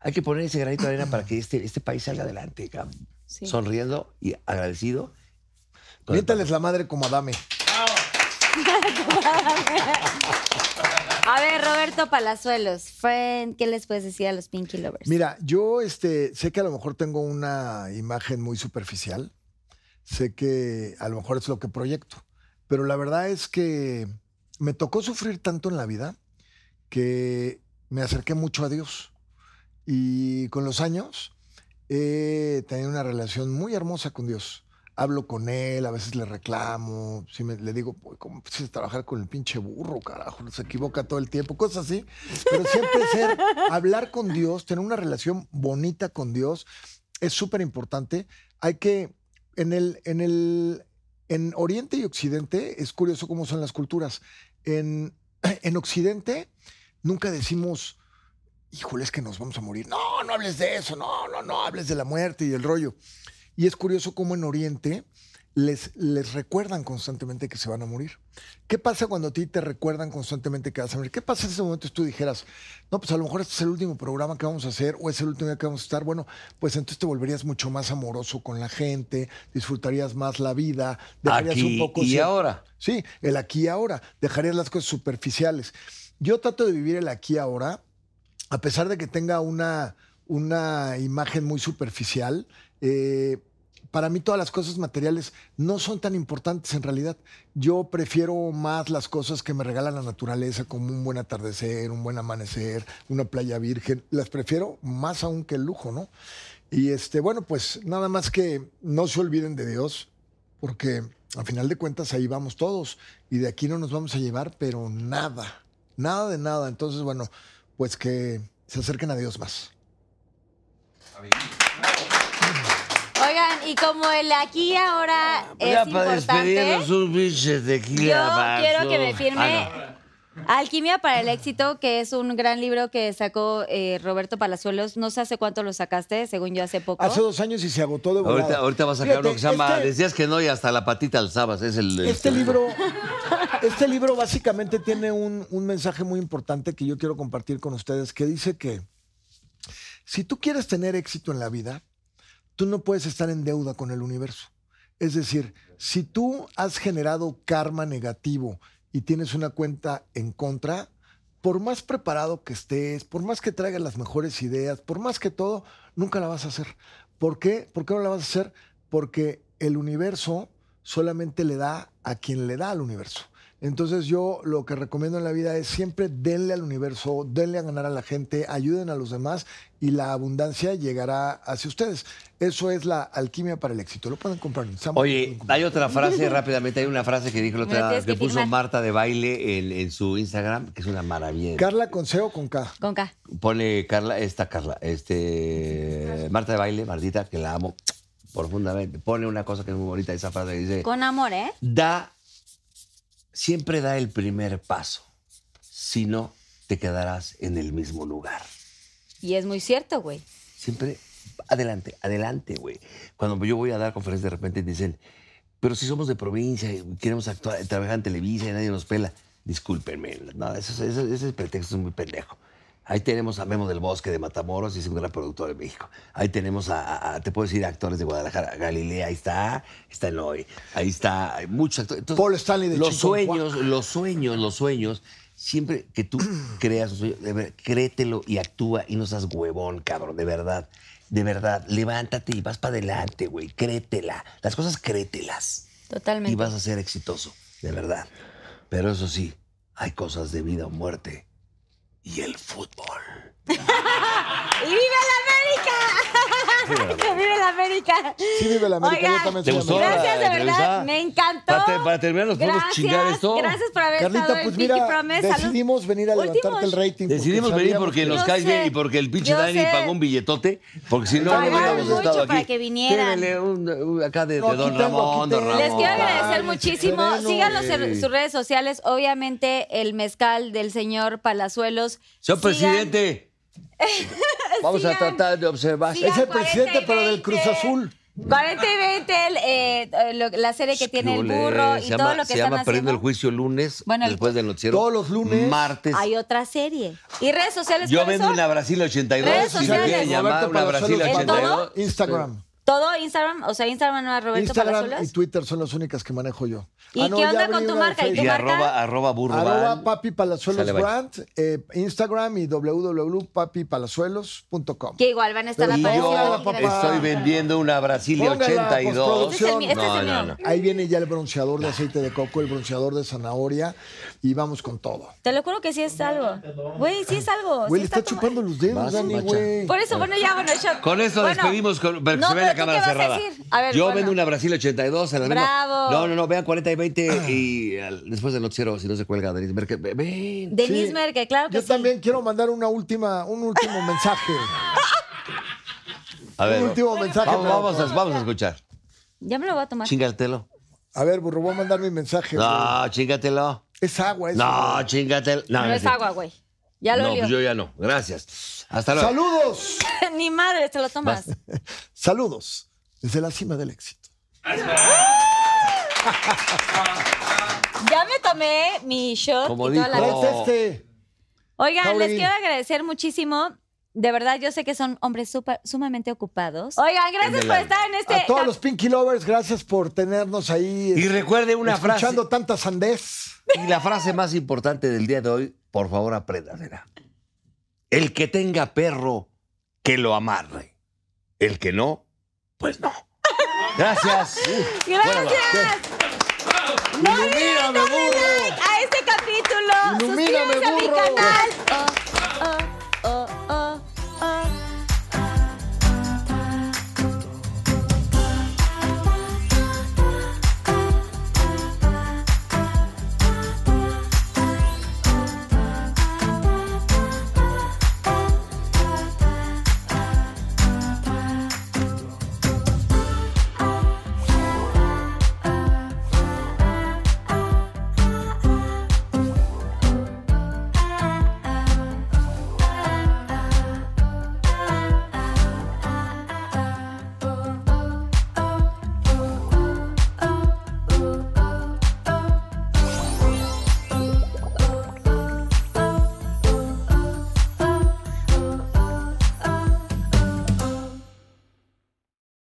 Hay que poner ese granito de arena para que este, este país salga adelante, cabrón. Sí. sonriendo y agradecido. Con el Miéntales la madre como Adame. A ver, Roberto Palazuelos, friend, ¿qué les puedes decir a los Pinky Lovers? Mira, yo este, sé que a lo mejor tengo una imagen muy superficial. Sé que a lo mejor es lo que proyecto. Pero la verdad es que me tocó sufrir tanto en la vida que me acerqué mucho a Dios. Y con los años he tenido una relación muy hermosa con Dios. Hablo con él, a veces le reclamo, sí me- le digo, "Uy, ¿cómo empiezas a trabajar con el pinche burro, carajo? Se equivoca todo el tiempo, cosas así. Pero siempre ser, hablar con Dios, tener una relación bonita con Dios, es súper importante. Hay que, en el, en el, en Oriente y Occidente, es curioso cómo son las culturas. En, en Occidente nunca decimos, híjole, es que nos vamos a morir. No, no hables de eso, no, no, no, hables de la muerte y el rollo. Y es curioso cómo en Oriente les, les recuerdan constantemente que se van a morir. ¿Qué pasa cuando a ti te recuerdan constantemente que vas a morir? ¿Qué pasa en ese momento si tú dijeras, no, pues a lo mejor este es el último programa que vamos a hacer o es el último día que vamos a estar? Bueno, pues entonces te volverías mucho más amoroso con la gente, disfrutarías más la vida, dejarías Aquí un poco... y cier- ahora. Sí, el aquí y ahora. Dejarías las cosas superficiales. Yo trato de vivir el aquí y ahora, a pesar de que tenga una, una imagen muy superficial. eh, para mí todas las cosas materiales no son tan importantes en realidad. Yo prefiero más las cosas que me regala la naturaleza, como un buen atardecer, un buen amanecer, una playa virgen. Las prefiero más aún que el lujo, ¿no? Y este, bueno, pues nada más que no se olviden de Dios, porque a final de cuentas ahí vamos todos y de aquí no nos vamos a llevar, pero nada, nada de nada. Entonces, bueno, pues que se acerquen a Dios más. Oigan, y como el aquí y ahora es Ah, pues Ya para importante, despedirnos un pinche yo tequila. vaso. quiero que me firme Ah, no. Alquimia para el éxito, que es un gran libro que sacó eh, Roberto Palazuelos. No sé hace cuánto lo sacaste, según yo hace poco. Hace dos años y se agotó de volada. Ahorita, ahorita vas a sacar Fíjate, uno que se llama este- Decías que no y hasta la patita alzabas. Es el. Este libro, este libro básicamente tiene un, un mensaje muy importante que yo quiero compartir con ustedes, que dice que si tú quieres tener éxito en la vida, tú no puedes estar en deuda con el universo. Es decir, si tú has generado karma negativo y tienes una cuenta en contra, por más preparado que estés, por más que traigas las mejores ideas, por más que todo, nunca la vas a hacer. ¿Por qué? ¿Por qué no la vas a hacer? Porque el universo solamente le da a quien le da al universo. Entonces yo lo que recomiendo en la vida es siempre denle al universo, denle a ganar a la gente, ayuden a los demás y la abundancia llegará hacia ustedes. Eso es la alquimia para el éxito. Lo pueden comprar. en Sambo, lo Oye, pueden comprar. hay otra frase rápidamente, hay una frase que dijo la Me la otra, tienes que que puso firmar. Marta de baile en, en su Instagram, que es una maravilla. Carla con C o con K. Con K. Pone Carla, esta Carla, este Marta de baile, Martita, que la amo profundamente. Pone una cosa que es muy bonita, esa frase que dice, Con amor, ¿eh? da, siempre da el primer paso, si no te quedarás en el mismo lugar. Y es muy cierto, güey. Siempre adelante, adelante, güey. Cuando yo voy a dar conferencias de repente dicen, pero si somos de provincia y queremos actuar, trabajar en Televisa y nadie nos pela, discúlpenme, no, eso, es- eso- ese pretexto es muy pendejo. Ahí tenemos a Memo del Bosque de Matamoros y es un gran productor de México. Ahí tenemos a, a- a- te puedo decir, actores de Guadalajara. Galilea, ahí está, está Eloy, ahí está, hay muchos actores. Entonces, Paul Stanley de Los Chiconcua. sueños, los sueños, los sueños. Siempre que tú creas un sueño, de ver- créetelo y actúa y no seas huevón, cabrón, de verdad. De verdad, levántate y vas para adelante, güey. Créetela. Las cosas créetelas. Totalmente. Y vas a ser exitoso, de verdad. Pero eso sí, hay cosas de vida o muerte. Y el fútbol. ¡Y vive la América! ¡Que vive la América! Sí, vive la América, yo también ¿te soy gustó? americano. Gracias, de la entrevista? verdad. Me encantó. Para te- para terminar, ¿nos podemos gracias, chingar esto? Gracias por haber estado Carlita, en pues Vicky mira, Promes. Salud. decidimos venir a Últimos. levantarte el rating. porque Decidimos venir sabíamos porque que- nos Yo cae bien sé, y porque el pinche yo Dani sé. pagó un billetote, porque si no, no Pagaron hubiéramos mucho estado aquí. para que vinieran. Tírenle un- un acá de, No, de Don aquí tengo, Ramón, aquí Don tengo. Ramón. Les quiero Ay, agradecer qué muchísimo. bueno, Síganos güey. en sus redes sociales. Obviamente, el mezcal del señor Palazuelos. Señor Sigan- presidente, vamos a sigan- tratar de observar. sigan Es el presidente, 40 y pero del 20. Cruz Azul. 40 y 20, el, eh, lo- la serie que tiene el Ole, burro y se todo llama, lo que Se están llama Perdiendo haciendo. el Juicio lunes, Bueno, el- después del noticiero. Todos los lunes. Martes. Hay otra serie. ¿Y redes sociales? Yo cuáles vendo son? una Brasil 82, Redes si me sociales. quieren llamar, Roberto una Brasil Palazuelos, ¿En todo? 82. Instagram. Todo Instagram, o sea, Instagram no es Roberto Instagram Palazuelos. y Twitter son las únicas que manejo yo. Ah, ¿Y no, qué ya onda abrí con tu una de marca? ¿Y tu Y Facebook. arroba, arroba burro Arroba van. Papi Palazuelos Sale, bye. Brand, eh, Instagram y www.papipalazuelos.com. Que igual van a estar Y yo apareciendo. aquí, papá. gracias. Estoy vendiendo una Brasilia Póngala, 82. postproducción. Este es mi- este es el mío. Ahí viene ya el bronceador de aceite de coco, el bronceador de zanahoria y vamos con todo. Te lo juro que sí es algo. Güey, sí es algo. sí Güey, le está como- chupando los dedos, Vas, Dani, macha. güey. Por eso, bueno, ya, bueno, ya. Con eso Bueno, despedimos con, para que no, se vea la pero ¿tú cámara qué cerrada. vas a decir? A ver, Yo bueno. vendo una Brasil 82 en la misma- Bravo. No, no, no, vean 40 y 20 y al- después del noticiero, si no se cuelga, Denise Merkel. ve- Ven. Denise Sí. Merkel, claro que Yo sí. también quiero mandar una última, un último mensaje. A ver, un último mensaje. vamos, pero- vamos, a, vamos a escuchar. Ya me lo voy a tomar. Chingatelo. A ver, burro, voy a mandar mi mensaje. güey. No, chingatelo. Es agua, es No, chingatelo. No, No es sí. agua, güey. Ya lo No, olió. pues yo ya no. Gracias. Hasta luego. Saludos. Ni madre, te lo tomas. Saludos desde la cima del éxito. Ya me tomé mi shot Como y toda la dijo- cosa. Tráete este. Oigan, Jauregui. les quiero agradecer muchísimo. De verdad, yo sé que son hombres supa- sumamente ocupados. Oigan, gracias por estar en este... A todos los Pinky Lovers, gracias por tenernos ahí. Y recuerde una frase. escuchando tanta sandez. Y la frase más importante del día de hoy, por favor, apréndasela. El que tenga perro, que lo amarre. El que no, pues no. Gracias. Gracias. ¡Ilumíname, burro! a este capítulo. Ilumíname, Suscríbanse a mi burro. Ah, canal.